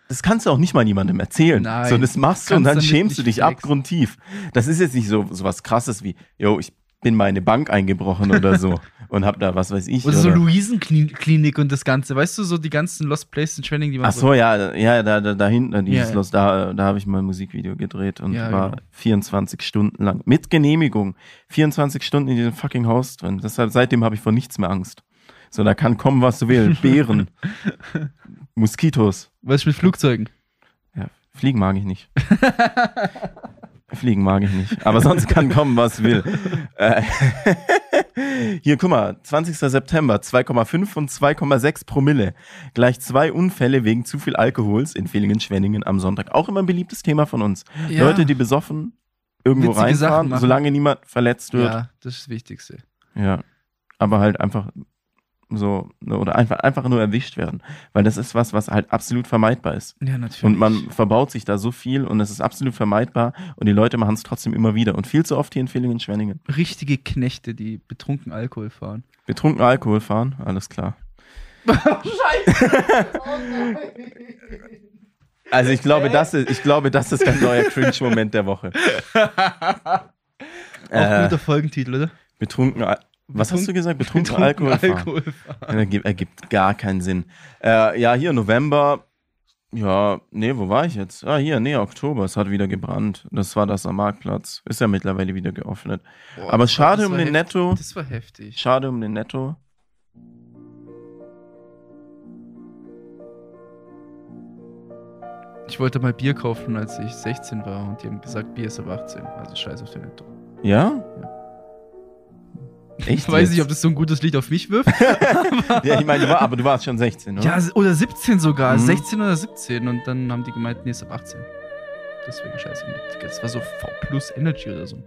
Speaker 3: das kannst du auch nicht mal niemandem erzählen.
Speaker 2: Nein.
Speaker 3: so, das machst du und
Speaker 2: Kannst
Speaker 3: dann
Speaker 2: damit
Speaker 3: schämst du
Speaker 2: nicht
Speaker 3: dich
Speaker 2: flexen.
Speaker 3: abgrundtief. Das ist jetzt nicht so, so was krasses wie, yo, ich bin meine Bank eingebrochen oder so und hab da, was weiß ich.
Speaker 2: oder so Luisenklinik und das Ganze. Weißt du, so die ganzen Lost Places in Schwenning, die man
Speaker 3: Ach so, ja, ja, da, da, da hinten, äh, dieses
Speaker 2: Ja, ja.
Speaker 3: Los, da, da habe ich mal ein Musikvideo gedreht und
Speaker 2: Ja,
Speaker 3: war
Speaker 2: genau.
Speaker 3: 24 Stunden lang mit Genehmigung 24 Stunden in diesem fucking Haus drin. Deshalb seitdem habe ich vor nichts mehr Angst. So, da kann kommen, was du willst. Bären, Moskitos.
Speaker 2: Was mit Flugzeugen?
Speaker 3: Ja, Fliegen mag ich nicht. Fliegen mag ich nicht. Aber sonst kann kommen, was will. Äh, Hier, guck mal, 20. September, 2,5 und 2,6 Promille. Gleich zwei Unfälle wegen zu viel Alkohols in Villingen-Schwenningen am Sonntag. Auch immer ein beliebtes Thema von uns.
Speaker 2: Ja.
Speaker 3: Leute, die besoffen irgendwo
Speaker 2: Witzige Sachen
Speaker 3: reinfahren,
Speaker 2: machen.
Speaker 3: solange niemand verletzt wird.
Speaker 2: Ja, das ist das Wichtigste.
Speaker 3: Ja. Aber halt einfach so, ne, oder einfach, einfach nur erwischt werden. Weil das ist was, was halt absolut vermeidbar ist.
Speaker 2: Ja, natürlich.
Speaker 3: Und man verbaut sich da so viel und es ist absolut vermeidbar und die Leute machen es trotzdem immer wieder. Und viel zu oft hier in Villingen, Schwenningen.
Speaker 2: richtige Knechte, die betrunken Alkohol fahren.
Speaker 3: Betrunken Alkohol fahren, alles klar. Scheiße! also ich glaube, das ist, ich glaube, das ist ein neuer Cringe-Moment der Woche.
Speaker 2: Auch
Speaker 3: äh,
Speaker 2: guter Folgentitel, oder?
Speaker 3: betrunken Al Was hast du gesagt? Betrunken, Alkohol, fahren.
Speaker 2: fahren.
Speaker 3: Ja, Ergibt, ergibt gar keinen Sinn. Äh, ja, hier November. Ja, nee, wo war ich jetzt? Ah, hier, nee, Oktober. Es hat wieder gebrannt. Das war das am Marktplatz. Ist ja mittlerweile wieder geöffnet.
Speaker 2: Boah,
Speaker 3: Aber
Speaker 2: das
Speaker 3: schade
Speaker 2: war
Speaker 3: um den
Speaker 2: hef-
Speaker 3: Netto.
Speaker 2: Das war heftig.
Speaker 3: Schade um den Netto.
Speaker 2: Ich wollte mal Bier kaufen, als ich 16 war und die haben gesagt, Bier ist ab 18. Also scheiß auf den Netto.
Speaker 3: Ja? Echt?
Speaker 2: Ich weiß nicht, ob
Speaker 3: jetzt?
Speaker 2: das so ein gutes Licht auf mich wirft.
Speaker 3: Ja, ich meine, du war, aber du warst schon 16, oder?
Speaker 2: ja, s- oder 17 sogar.
Speaker 3: Mhm.
Speaker 2: 16 oder 17. Und dann haben die gemeint, nee, ist ab 18. Deswegen scheiße. Das war so V plus Energy oder so.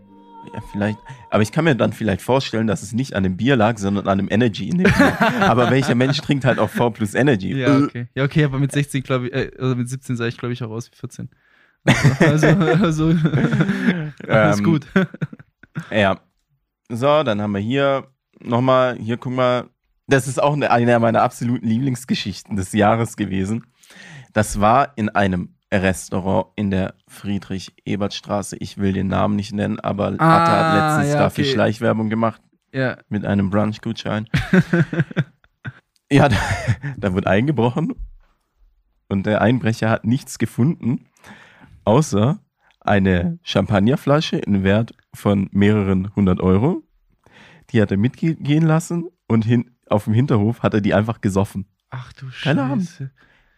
Speaker 3: Ja, vielleicht. Aber ich kann mir dann vielleicht vorstellen, dass es nicht an dem Bier lag, sondern an dem Energy in dem Bier. aber welcher Mensch trinkt halt auch V plus Energy?
Speaker 2: Ja,
Speaker 3: Äh.
Speaker 2: okay. Ja, okay, aber mit 16, glaube ich, äh, also mit 17 sah ich, glaube ich, auch aus wie 14. Also, also, also alles
Speaker 3: Ähm,
Speaker 2: gut.
Speaker 3: Ja. So, dann haben wir hier nochmal, hier guck mal, das ist auch eine, eine meiner absoluten Lieblingsgeschichten des Jahres gewesen. Das war in einem Restaurant in der Friedrich-Ebert-Straße. Ich will den Namen nicht nennen, aber
Speaker 2: Ah,
Speaker 3: Atta hat letztens
Speaker 2: ja,
Speaker 3: dafür
Speaker 2: okay.
Speaker 3: Schleichwerbung gemacht
Speaker 2: Ja,
Speaker 3: mit einem Brunch-Gutschein. ja, da, da wurde eingebrochen und der Einbrecher hat nichts gefunden, außer eine Champagnerflasche in Wert von mehreren hundert Euro, die hat er mitgehen lassen und hin, auf dem Hinterhof hat er die einfach gesoffen.
Speaker 2: Ach du
Speaker 3: Keine Ahnung.
Speaker 2: Scheiße.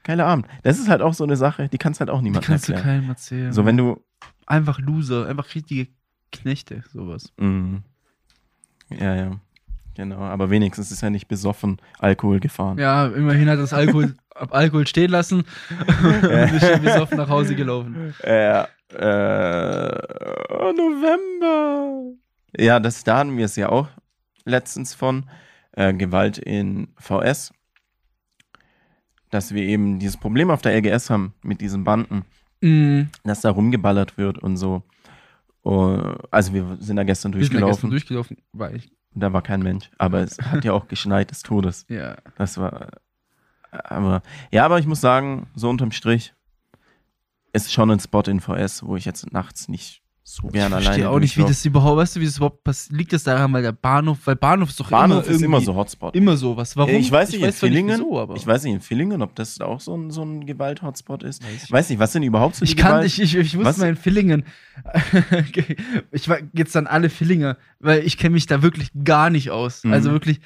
Speaker 3: Geiler Abend. Das ist halt auch so eine Sache, die kannst halt auch
Speaker 2: Die
Speaker 3: niemandem
Speaker 2: kannst du
Speaker 3: erklären.
Speaker 2: keinem erzählen.
Speaker 3: so, wenn du,
Speaker 2: einfach Loser, einfach richtige Knechte, sowas.
Speaker 3: Mhm. Ja, ja. Genau, aber wenigstens ist er nicht besoffen Alkohol gefahren.
Speaker 2: Ja, immerhin hat er das Alkohol, ab Alkohol stehen lassen und ist schon besoffen nach Hause gelaufen.
Speaker 3: Äh, äh, oh, November. Ja, das, da hatten wir es ja auch letztens von. Äh, Gewalt in VS. Dass wir eben dieses Problem auf der LGS haben mit diesen Banden,
Speaker 2: Mhm.
Speaker 3: dass da rumgeballert wird und so. Oh, also wir sind da gestern
Speaker 2: Wir sind ja gestern
Speaker 3: durchgelaufen.
Speaker 2: durchgelaufen, weil ich,
Speaker 3: Da war kein Mensch. Aber es hat ja auch geschneit des Todes.
Speaker 2: ja.
Speaker 3: Das war. Aber. Ja, aber ich muss sagen, so unterm Strich ist schon ein Spot in VS, wo ich jetzt nachts nicht so gerne
Speaker 2: ich
Speaker 3: alleine
Speaker 2: verstehe auch nicht, wie
Speaker 3: durchlaufe.
Speaker 2: das überhaupt, weißt du, wie das überhaupt passiert. Liegt das daran, weil der Bahnhof, weil Bahnhof ist doch
Speaker 3: Bahnhof
Speaker 2: immer
Speaker 3: ist immer
Speaker 2: irgendwie-
Speaker 3: so Hotspot.
Speaker 2: Immer sowas. Warum?
Speaker 3: Ich weiß nicht, in
Speaker 2: zwar
Speaker 3: Villingen.
Speaker 2: wieso, aber
Speaker 3: Ich weiß nicht, in Villingen, ob das auch so ein, so ein Gewalt-Hotspot ist.
Speaker 2: Weiß ich
Speaker 3: Ich weiß nicht, was sind überhaupt so
Speaker 2: Ich
Speaker 3: die
Speaker 2: kann,
Speaker 3: Gewalt?
Speaker 2: ich, ich, ich muss
Speaker 3: Was?
Speaker 2: mal in Villingen. ich war jetzt an alle Villinger, weil ich kenne mich da wirklich gar nicht aus.
Speaker 3: Mhm.
Speaker 2: Also wirklich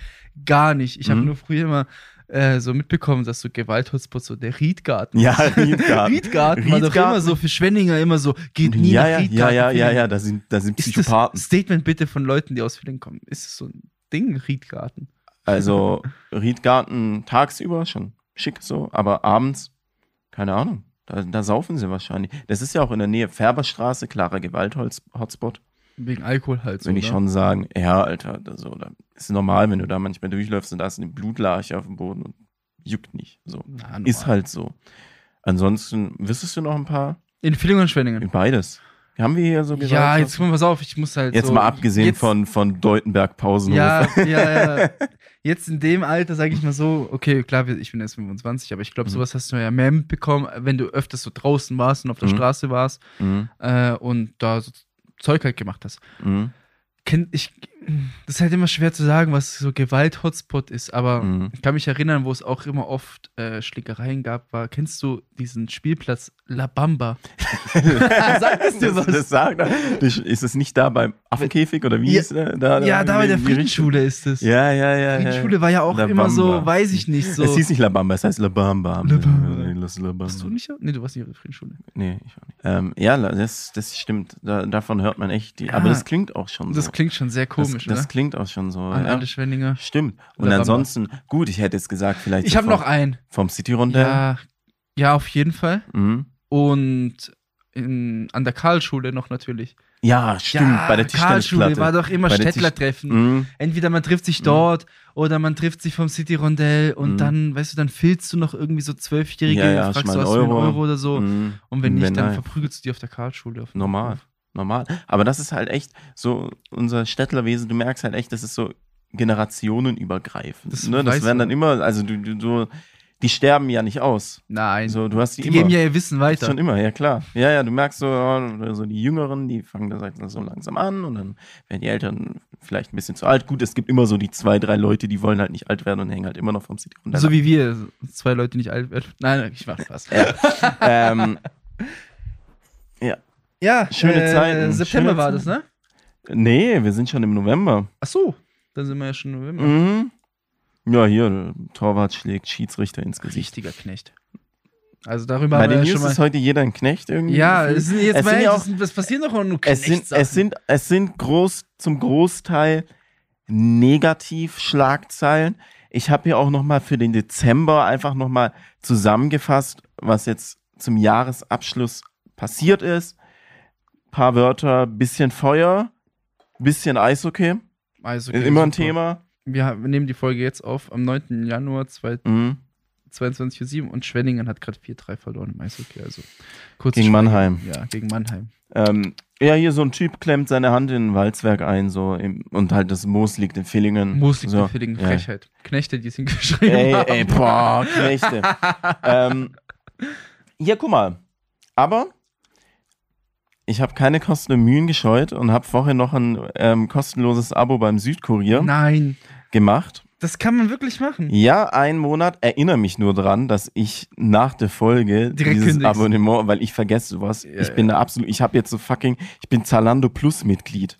Speaker 2: gar nicht. Ich habe
Speaker 3: Mhm.
Speaker 2: nur früher immer äh, so mitbekommen, dass so Gewalthotspots, so der Riedgarten.
Speaker 3: Ja, Riedgarten.
Speaker 2: Riedgarten, war doch immer so für Schwenninger immer so, geht nie
Speaker 3: ja,
Speaker 2: nach
Speaker 3: ja, ja,
Speaker 2: Riedgarten.
Speaker 3: ja, ja,
Speaker 2: Villingen.
Speaker 3: ja, da sind, da sind
Speaker 2: Ist das
Speaker 3: Psychopathen.
Speaker 2: Statement bitte von Leuten, die aus Villingen kommen? Ist es so ein Ding, Riedgarten?
Speaker 3: Also Riedgarten tagsüber schon schick so, aber abends, keine Ahnung, da, da saufen sie wahrscheinlich. Das ist ja auch in der Nähe Färberstraße, klarer Gewalt-Hotspot,
Speaker 2: Wegen Alkohol halt so.
Speaker 3: würde ich
Speaker 2: oder?
Speaker 3: schon sagen. Ja, Alter, da, so, da ist normal, wenn du da manchmal durchläufst und da ist eine Blutlache auf dem Boden und juckt nicht. So.
Speaker 2: Na,
Speaker 3: Ist
Speaker 2: normal.
Speaker 3: halt so. Ansonsten, wüsstest du noch ein paar?
Speaker 2: In Villingen und Schwenningen.
Speaker 3: Beides. Haben wir hier so gesagt?
Speaker 2: Ja, jetzt guck mal, pass auf, ich muss halt.
Speaker 3: Jetzt
Speaker 2: so,
Speaker 3: mal abgesehen
Speaker 2: jetzt-
Speaker 3: von, von Deutenberg-Pausenhof.
Speaker 2: Ja, ja, ja. Jetzt in dem Alter, sage ich mal so, okay, klar, wir- ich bin jetzt 25, aber ich glaube,
Speaker 3: Mhm.
Speaker 2: sowas hast du ja mehr mitbekommen, wenn du öfters so draußen warst und auf der
Speaker 3: Mhm.
Speaker 2: Straße warst
Speaker 3: Mhm.
Speaker 2: äh, und da so Zeug halt gemacht hast.
Speaker 3: Mhm.
Speaker 2: Kenn ich, das ist halt immer schwer zu sagen, was so Gewalt-Hotspot ist, aber
Speaker 3: Mhm.
Speaker 2: ich kann mich erinnern, wo es auch immer oft äh, Schlägereien gab, war, kennst du diesen Spielplatz La Bamba? Sagt es dir was?
Speaker 3: das, das sagt er. Das- Ist es nicht da beim Affenkäfig oder wie
Speaker 2: Ja.
Speaker 3: ist der? Da,
Speaker 2: ja, da bei
Speaker 3: in
Speaker 2: der
Speaker 3: die
Speaker 2: Friedensschule ist es.
Speaker 3: Richtung? Ja, ja, ja. ja.
Speaker 2: Friedensschule war ja auch
Speaker 3: La
Speaker 2: immer so,
Speaker 3: Bamba.
Speaker 2: weiß ich nicht, so.
Speaker 3: Es hieß nicht La Bamba, es heißt La Bamba.
Speaker 2: La Bamba.
Speaker 3: Lass La Bamba.
Speaker 2: Warst du nicht? Nee, du warst nicht auf der Friedensschule.
Speaker 3: Nee, ich auch nicht. Ähm, ja, la- das, das stimmt. Da, davon hört man echt. Die, Aber
Speaker 2: Ah.
Speaker 3: das klingt auch schon so.
Speaker 2: Das klingt schon sehr komisch,
Speaker 3: das, das
Speaker 2: oder?
Speaker 3: klingt auch schon so.
Speaker 2: An
Speaker 3: Ja.
Speaker 2: alle Schwenninger.
Speaker 3: Stimmt. Und
Speaker 2: La Bamba.
Speaker 3: ansonsten, gut, ich hätte jetzt gesagt, vielleicht
Speaker 2: Ich
Speaker 3: so
Speaker 2: habe
Speaker 3: vom,
Speaker 2: noch einen.
Speaker 3: vom City runter.
Speaker 2: Ja, ja, auf jeden Fall.
Speaker 3: Mhm.
Speaker 2: Und in, an der Karlschule noch natürlich.
Speaker 3: ja stimmt.
Speaker 2: ja,
Speaker 3: bei der
Speaker 2: Karlschule
Speaker 3: Tischtennisplatte.
Speaker 2: war doch immer
Speaker 3: Bei der
Speaker 2: Städtlertreffen.
Speaker 3: Mhm.
Speaker 2: Entweder man trifft sich
Speaker 3: Mhm.
Speaker 2: dort oder man trifft sich vom City Rondell und
Speaker 3: Mhm.
Speaker 2: dann, weißt du, dann filzt du noch irgendwie so Zwölfjährige,
Speaker 3: Ja, ja, hast
Speaker 2: fragst
Speaker 3: mal
Speaker 2: du, hast
Speaker 3: einen
Speaker 2: du einen
Speaker 3: Euro.
Speaker 2: Euro oder so.
Speaker 3: Mhm.
Speaker 2: Und wenn nicht, dann
Speaker 3: nein.
Speaker 2: verprügelst du die auf der Karlschule. Auf dem
Speaker 3: Normal.
Speaker 2: Hof.
Speaker 3: normal. Aber das ist halt echt so unser Städtlerwesen. Du merkst halt echt, das ist so generationenübergreifend.
Speaker 2: Das
Speaker 3: Das, ne? das
Speaker 2: weiß
Speaker 3: werden
Speaker 2: man.
Speaker 3: dann immer, also du, du, du, die sterben ja nicht aus.
Speaker 2: Nein.
Speaker 3: So, du hast die,
Speaker 2: die
Speaker 3: immer.
Speaker 2: geben ja ihr Wissen weiter.
Speaker 3: Schon immer, ja klar. Ja, ja, du merkst so, oh, so die Jüngeren, die fangen da sag ich mal, so langsam an und dann werden die Eltern vielleicht ein bisschen zu alt. Gut, es gibt immer so die zwei, drei Leute, die wollen halt nicht alt werden und hängen halt immer noch vom City runter.
Speaker 2: So wie wir, zwei Leute die nicht alt werden. Nein, nein, ich mach Spaß.
Speaker 3: ähm,
Speaker 2: Ja, äh,
Speaker 3: Schöne Zeiten,
Speaker 2: September
Speaker 3: schöne
Speaker 2: war das,
Speaker 3: Zeiten.
Speaker 2: ne?
Speaker 3: nee, wir sind schon im November.
Speaker 2: Ach so, dann sind wir ja schon im November.
Speaker 3: Mhm. Ja, hier, Torwart schlägt Schiedsrichter ins Gesicht.
Speaker 2: Richtiger Knecht. Also darüber
Speaker 3: Bei
Speaker 2: haben wir ja
Speaker 3: den News
Speaker 2: schon mal.
Speaker 3: ist heute jeder ein Knecht irgendwie.
Speaker 2: ja,
Speaker 3: gefühlt.
Speaker 2: es sind jetzt
Speaker 3: Es
Speaker 2: mal,
Speaker 3: sind
Speaker 2: es
Speaker 3: ja auch-
Speaker 2: sind- was passiert noch an
Speaker 3: es sind, es sind, es sind groß, zum Großteil Negativ-Schlagzeilen. Ich habe hier auch nochmal für den Dezember einfach nochmal zusammengefasst, was jetzt zum Jahresabschluss passiert ist. Paar Wörter, bisschen Feuer, bisschen Eishockey,
Speaker 2: also,
Speaker 3: ist immer ein Thema.
Speaker 2: Wir, haben- wir nehmen die Folge jetzt auf am 9. Januar 2
Speaker 3: Mhm.
Speaker 2: 22.07 und Schwenningen hat gerade 4-3 verloren im Eishockey. Also kurz
Speaker 3: Gegen Mannheim.
Speaker 2: Ja, gegen Mannheim.
Speaker 3: Ähm, ja, hier so ein Typ klemmt seine Hand in ein Walzwerk ein, so im, und halt das Moos liegt in Villingen.
Speaker 2: Moos liegt
Speaker 3: Hm. so.
Speaker 2: so, für den
Speaker 3: ja.
Speaker 2: Frechheit. Knechte, die es hingeschrieben
Speaker 3: Ey,
Speaker 2: haben.
Speaker 3: ey, boah, Knechte. ähm, hier, guck mal. Aber ich habe keine Kosten und Mühen gescheut und habe vorhin noch ein ähm, kostenloses Abo beim Südkurier
Speaker 2: Nein,
Speaker 3: gemacht.
Speaker 2: das kann man wirklich machen.
Speaker 3: Ja, einen Monat erinnere mich nur dran, dass ich nach der Folge
Speaker 2: Direkt
Speaker 3: dieses
Speaker 2: kündigst.
Speaker 3: Abonnement, weil ich vergesse sowas.
Speaker 2: Ja,
Speaker 3: ich bin da absolut, ich habe jetzt so fucking, ich bin Zalando Plus Mitglied.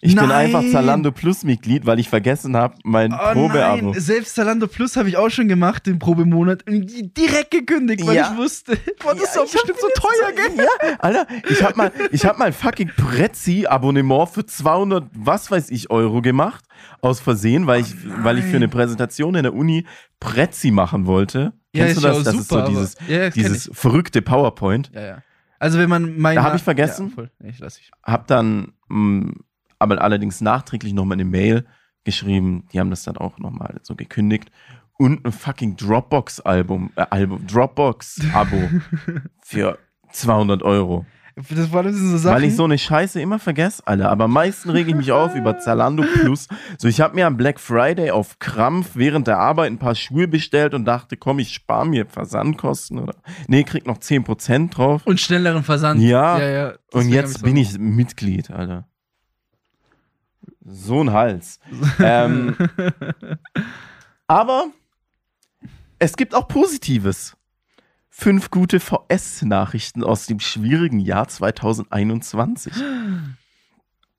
Speaker 3: Ich bin
Speaker 2: Nein.
Speaker 3: einfach Zalando Plus Mitglied, weil ich vergessen habe, mein
Speaker 2: Oh
Speaker 3: Probeabo.
Speaker 2: nein, selbst Zalando Plus habe ich auch schon gemacht, den Probemonat. Und die- Direkt gekündigt, weil
Speaker 3: Ja.
Speaker 2: ich wusste, boah, das ist
Speaker 3: Ja,
Speaker 2: doch
Speaker 3: ich hab
Speaker 2: bestimmt so teuer, gell?
Speaker 3: Ja, Alter, ich habe mal, ich hab mal fucking Prezi-Abonnement für 200, was weiß ich, Euro gemacht. Aus Versehen, weil ich, weil ich für eine Präsentation in der Uni Prezi machen wollte.
Speaker 2: Ja,
Speaker 3: Kennst
Speaker 2: ist
Speaker 3: du
Speaker 2: ja
Speaker 3: das?
Speaker 2: auch
Speaker 3: das ist so
Speaker 2: super, aber-
Speaker 3: dieses,
Speaker 2: ja, das kenn
Speaker 3: dieses verrückte PowerPoint.
Speaker 2: Ja, ja. Also wenn man meine...
Speaker 3: Da hab ich vergessen.
Speaker 2: Ja, voll. Nee, ich lass ich.
Speaker 3: Hab dann, mh, aber allerdings nachträglich nochmal eine Mail geschrieben. Die haben das dann auch nochmal so gekündigt. Und ein fucking Dropbox-Album, äh, Album, Dropbox-Abo für 200 Euro.
Speaker 2: Das war das sind so Sachen.
Speaker 3: Weil ich so eine Scheiße immer vergesse, Alter. Aber am meisten reg ich mich auf über Zalando Plus. So, ich habe mir am Black Friday auf Krampf während der Arbeit ein paar Schuhe bestellt und dachte, komm, ich spare mir Versandkosten oder. Nee, krieg noch 10% drauf.
Speaker 2: und schnelleren Versand.
Speaker 3: Ja,
Speaker 2: ja, ja.
Speaker 3: und
Speaker 2: Deswegen hab
Speaker 3: jetzt
Speaker 2: so-
Speaker 3: bin ich Mitglied, Alter. So ein Hals. ähm, aber es gibt auch Positives. Fünf gute VS-Nachrichten aus dem schwierigen Jahr 2021.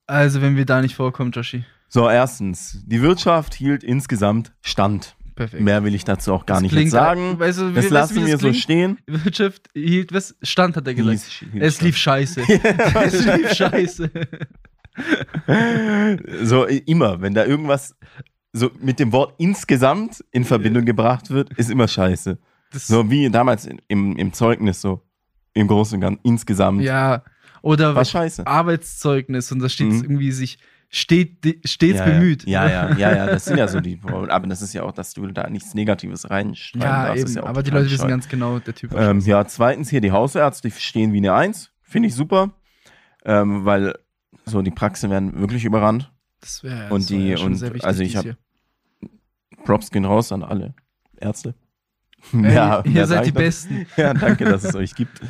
Speaker 2: Also wenn wir da nicht vorkommen, Joshi.
Speaker 3: So, erstens, die Wirtschaft hielt insgesamt stand.
Speaker 2: Perfekt.
Speaker 3: Mehr will ich dazu auch gar
Speaker 2: Das
Speaker 3: nicht
Speaker 2: klingt-
Speaker 3: jetzt sagen.
Speaker 2: Weißt du,
Speaker 3: das
Speaker 2: weißt du,
Speaker 3: lassen
Speaker 2: wie
Speaker 3: wir so
Speaker 2: klingt?
Speaker 3: stehen.
Speaker 2: Die Wirtschaft hielt, was? Stand hat er gesagt.
Speaker 3: Hielt-
Speaker 2: Es lief scheiße. es lief scheiße.
Speaker 3: So i- immer, wenn da irgendwas so mit dem Wort insgesamt in Verbindung gebracht wird, ist immer scheiße.
Speaker 2: Das,
Speaker 3: So wie damals in, im, im Zeugnis, so im Großen und Ganzen, insgesamt.
Speaker 2: Ja. Oder
Speaker 3: War scheiße.
Speaker 2: Arbeitszeugnis und da steht
Speaker 3: Mhm.
Speaker 2: irgendwie sich stet, stets
Speaker 3: ja,
Speaker 2: bemüht.
Speaker 3: Ja, ja, ja, ja, das sind ja so die. Aber das ist ja auch, dass du da nichts Negatives reinschreiben
Speaker 2: Ja,
Speaker 3: darfst.
Speaker 2: eben.
Speaker 3: ist ja auch
Speaker 2: aber die
Speaker 3: total
Speaker 2: Leute wissen
Speaker 3: scheiße.
Speaker 2: ganz genau, der Typ war
Speaker 3: Ähm,
Speaker 2: scheiße.
Speaker 3: ja, zweitens hier die Hausärzte, die stehen wie eine Eins. Finde ich super. Ähm, weil so die Praxen werden wirklich überrannt.
Speaker 2: Das wär, das
Speaker 3: und
Speaker 2: war
Speaker 3: die-
Speaker 2: ja schon
Speaker 3: und
Speaker 2: sehr wichtig,
Speaker 3: also ich
Speaker 2: dies
Speaker 3: hab-
Speaker 2: hier.
Speaker 3: Props gehen raus an alle Ärzte.
Speaker 2: Ey,
Speaker 3: mehr
Speaker 2: ihr
Speaker 3: sag
Speaker 2: seid die
Speaker 3: ich dazu-
Speaker 2: Besten.
Speaker 3: Ja, danke, dass es euch gibt.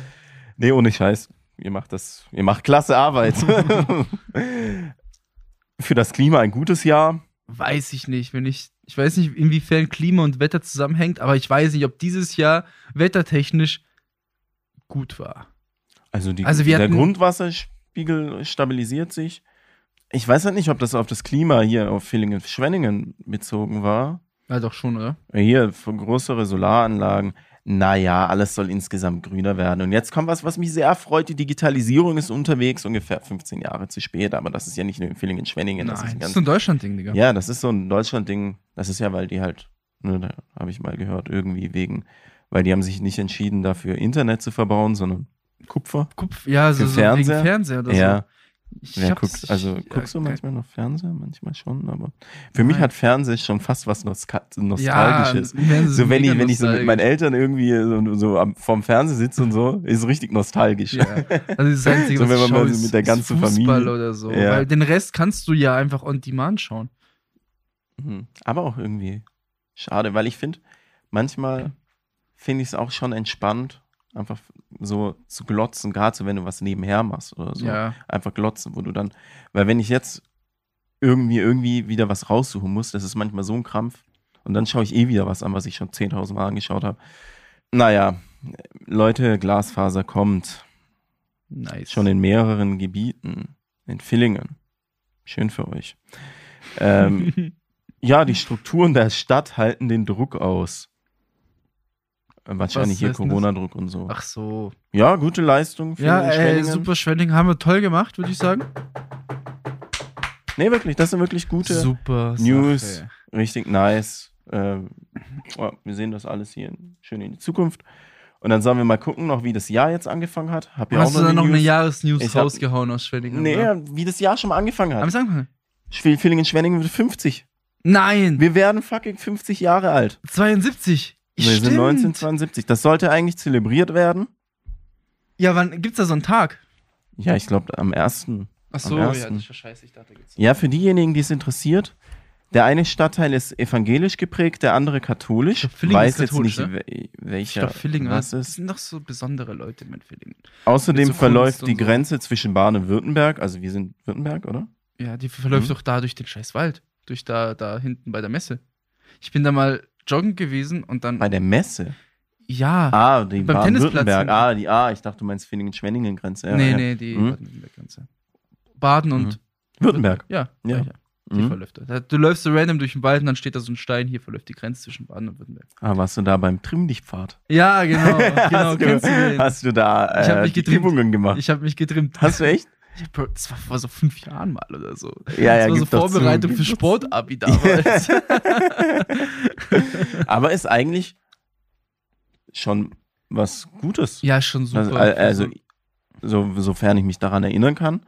Speaker 3: Nee, ohne Scheiß. Ihr macht das, ihr macht klasse Arbeit. Für das Klima ein gutes Jahr.
Speaker 2: Weiß ich nicht, wenn ich. Ich weiß nicht, inwiefern Klima und Wetter zusammenhängt, aber ich weiß nicht, ob dieses Jahr wettertechnisch gut war.
Speaker 3: Also, die,
Speaker 2: Also wir
Speaker 3: der
Speaker 2: hatten-
Speaker 3: Grundwasserspiegel stabilisiert sich. Ich weiß halt nicht, ob das auf das Klima hier auf Villingen-Schwenningen bezogen war.
Speaker 2: Ja, doch schon, oder?
Speaker 3: Hier, für größere Solaranlagen. Naja, alles soll insgesamt grüner werden. Und jetzt kommt was, was mich sehr freut. Die Digitalisierung ist unterwegs, ungefähr 15 Jahre zu spät. Aber das ist ja nicht nur in Villingen, Schwenningen. Das ist
Speaker 2: Nein,
Speaker 3: ein
Speaker 2: das
Speaker 3: ganz
Speaker 2: ist ein Deutschland-Ding, Digga.
Speaker 3: Ja, das ist so ein Deutschland-Ding. Das ist ja, weil die halt, ne, da habe ich mal gehört, irgendwie wegen, weil die haben sich nicht entschieden, dafür Internet zu verbauen, sondern Kupfer.
Speaker 2: Kupf, ja so,
Speaker 3: Für
Speaker 2: so wegen
Speaker 3: Fernseher?
Speaker 2: Fernseher oder
Speaker 3: ja,
Speaker 2: so. Ich
Speaker 3: wer
Speaker 2: hab's-
Speaker 3: guckt, also
Speaker 2: ich-
Speaker 3: guckst du
Speaker 2: ja,
Speaker 3: manchmal noch Fernseher? Manchmal schon, aber für mich
Speaker 2: Nein.
Speaker 3: hat Fernseher schon fast was Nostal
Speaker 2: ja,
Speaker 3: Nostalgisches.
Speaker 2: Fernseher ist
Speaker 3: so, wenn ich,
Speaker 2: mega
Speaker 3: wenn ich so mit
Speaker 2: nostalgisch.
Speaker 3: meinen Eltern irgendwie so, so am, vorm Fernseher sitze und so, ist richtig nostalgisch.
Speaker 2: Ja. Also das ist das Einzige,
Speaker 3: So,
Speaker 2: was
Speaker 3: wenn
Speaker 2: ich
Speaker 3: man
Speaker 2: schaue,
Speaker 3: mal so
Speaker 2: ist-
Speaker 3: mit der
Speaker 2: ist
Speaker 3: ganzen
Speaker 2: Fußball
Speaker 3: Familie-
Speaker 2: oder so.
Speaker 3: Ja.
Speaker 2: Weil den Rest kannst du ja einfach on demand schauen.
Speaker 3: Mhm. Aber auch irgendwie schade, weil ich finde, manchmal finde ich es auch schon entspannt, einfach so zu glotzen, gerade so, wenn du was nebenher machst oder so.
Speaker 2: Ja.
Speaker 3: Einfach glotzen, wo du dann, weil wenn ich jetzt irgendwie, irgendwie wieder was raussuchen muss, das ist manchmal so ein Krampf. Und dann schaue ich eh wieder was an, was ich schon 10.000 Mal angeschaut habe. Naja, Leute, Glasfaser kommt.
Speaker 2: Nice.
Speaker 3: Schon in mehreren Gebieten. In Villingen. Schön für euch. Ähm, ja, die Strukturen der Stadt halten den Druck aus. Äh, Wahrscheinlich
Speaker 2: Was
Speaker 3: hier
Speaker 2: heißt denn das?
Speaker 3: Corona-Druck und so.
Speaker 2: Ach so.
Speaker 3: Ja, gute Leistung für
Speaker 2: Ja, ey,
Speaker 3: Schwenningen.
Speaker 2: super Schwenning haben wir toll gemacht, würde ich sagen.
Speaker 3: Nee, wirklich, das sind wirklich gute,
Speaker 2: super Sache.
Speaker 3: News. richtig nice. Ähm, ja, wir sehen das alles hier in- schön in die Zukunft. Und dann sollen wir mal gucken, noch wie das Jahr jetzt angefangen hat. Hab ja
Speaker 2: Hast du
Speaker 3: auch
Speaker 2: dann noch
Speaker 3: noch
Speaker 2: eine
Speaker 3: News.
Speaker 2: Jahresnews
Speaker 3: Ich hab-
Speaker 2: rausgehauen aus Schwenning?
Speaker 3: Nee,
Speaker 2: oder?
Speaker 3: wie das Jahr schon mal angefangen
Speaker 2: Am
Speaker 3: hat.
Speaker 2: Anfang?
Speaker 3: Villingen-Schwenningen wird 50.
Speaker 2: Nein,
Speaker 3: Wir werden fucking 50 Jahre alt.
Speaker 2: 72.
Speaker 3: Wir sind 1972. Das sollte eigentlich zelebriert werden.
Speaker 2: Ja, wann gibt's da so einen Tag?
Speaker 3: Ja, ich glaube, am 1.
Speaker 2: Ach so,
Speaker 3: Am
Speaker 2: ja,
Speaker 3: ersten.
Speaker 2: das ist ja scheiße, ich dachte gibt's.
Speaker 3: Ja, für diejenigen, die es interessiert, der eine Stadtteil ist evangelisch geprägt, der andere katholisch.
Speaker 2: glaub, Villingen
Speaker 3: Weiß
Speaker 2: ist
Speaker 3: jetzt
Speaker 2: katholisch, ne?
Speaker 3: nicht, we-
Speaker 2: Ich
Speaker 3: welcher
Speaker 2: glaube, Villingen,
Speaker 3: was
Speaker 2: das
Speaker 3: ist.
Speaker 2: sind doch so besondere Leute mit Villingen.
Speaker 3: Außerdem
Speaker 2: so Kunst
Speaker 3: verläuft
Speaker 2: und
Speaker 3: die
Speaker 2: so.
Speaker 3: Grenze zwischen Baden-Württemberg, also wir sind Württemberg, oder?
Speaker 2: Ja, die verläuft
Speaker 3: Mhm.
Speaker 2: doch da durch den scheiß Wald. Durch da, da hinten bei der Messe. Ich bin da mal joggen gewesen und dann.
Speaker 3: Bei der Messe.
Speaker 2: ja.
Speaker 3: Ah, die
Speaker 2: beim Tennisplatz
Speaker 3: Baden-Württemberg.
Speaker 2: hinten.
Speaker 3: Ah, die, ah, ich dachte, du meinst Villingen-Schwenningen-Grenze. Ja,
Speaker 2: nee,
Speaker 3: ja.
Speaker 2: nee, die
Speaker 3: Mhm.
Speaker 2: Baden-Württemberg-Grenze. Baden und
Speaker 3: Württemberg.
Speaker 2: Ja,
Speaker 3: Ja.
Speaker 2: ja. Die
Speaker 3: Mhm.
Speaker 2: Verlüfter. Da- Du läufst so random durch den Wald und dann steht da so ein Stein, hier verläuft die Grenze zwischen Baden und Württemberg.
Speaker 3: Ah, warst du da beim Trimm-Dich-Pfad?
Speaker 2: Ja, genau. genau
Speaker 3: hast, du,
Speaker 2: kennst du den?
Speaker 3: hast du da
Speaker 2: Ich hab
Speaker 3: äh,
Speaker 2: mich
Speaker 3: die
Speaker 2: getrimmt.
Speaker 3: Übungen gemacht?
Speaker 2: Ich habe mich getrimmt.
Speaker 3: hast du echt?
Speaker 2: Ich hab- Das war vor so fünf Jahren mal oder so.
Speaker 3: Ja, ja,
Speaker 2: das war so
Speaker 3: gib doch zu,
Speaker 2: Vorbereitung
Speaker 3: gib
Speaker 2: für
Speaker 3: doch zu.
Speaker 2: Sportabi damals.
Speaker 3: Aber ist eigentlich schon was Gutes.
Speaker 2: ja, schon super.
Speaker 3: Also, al- also so, sofern ich mich daran erinnern kann,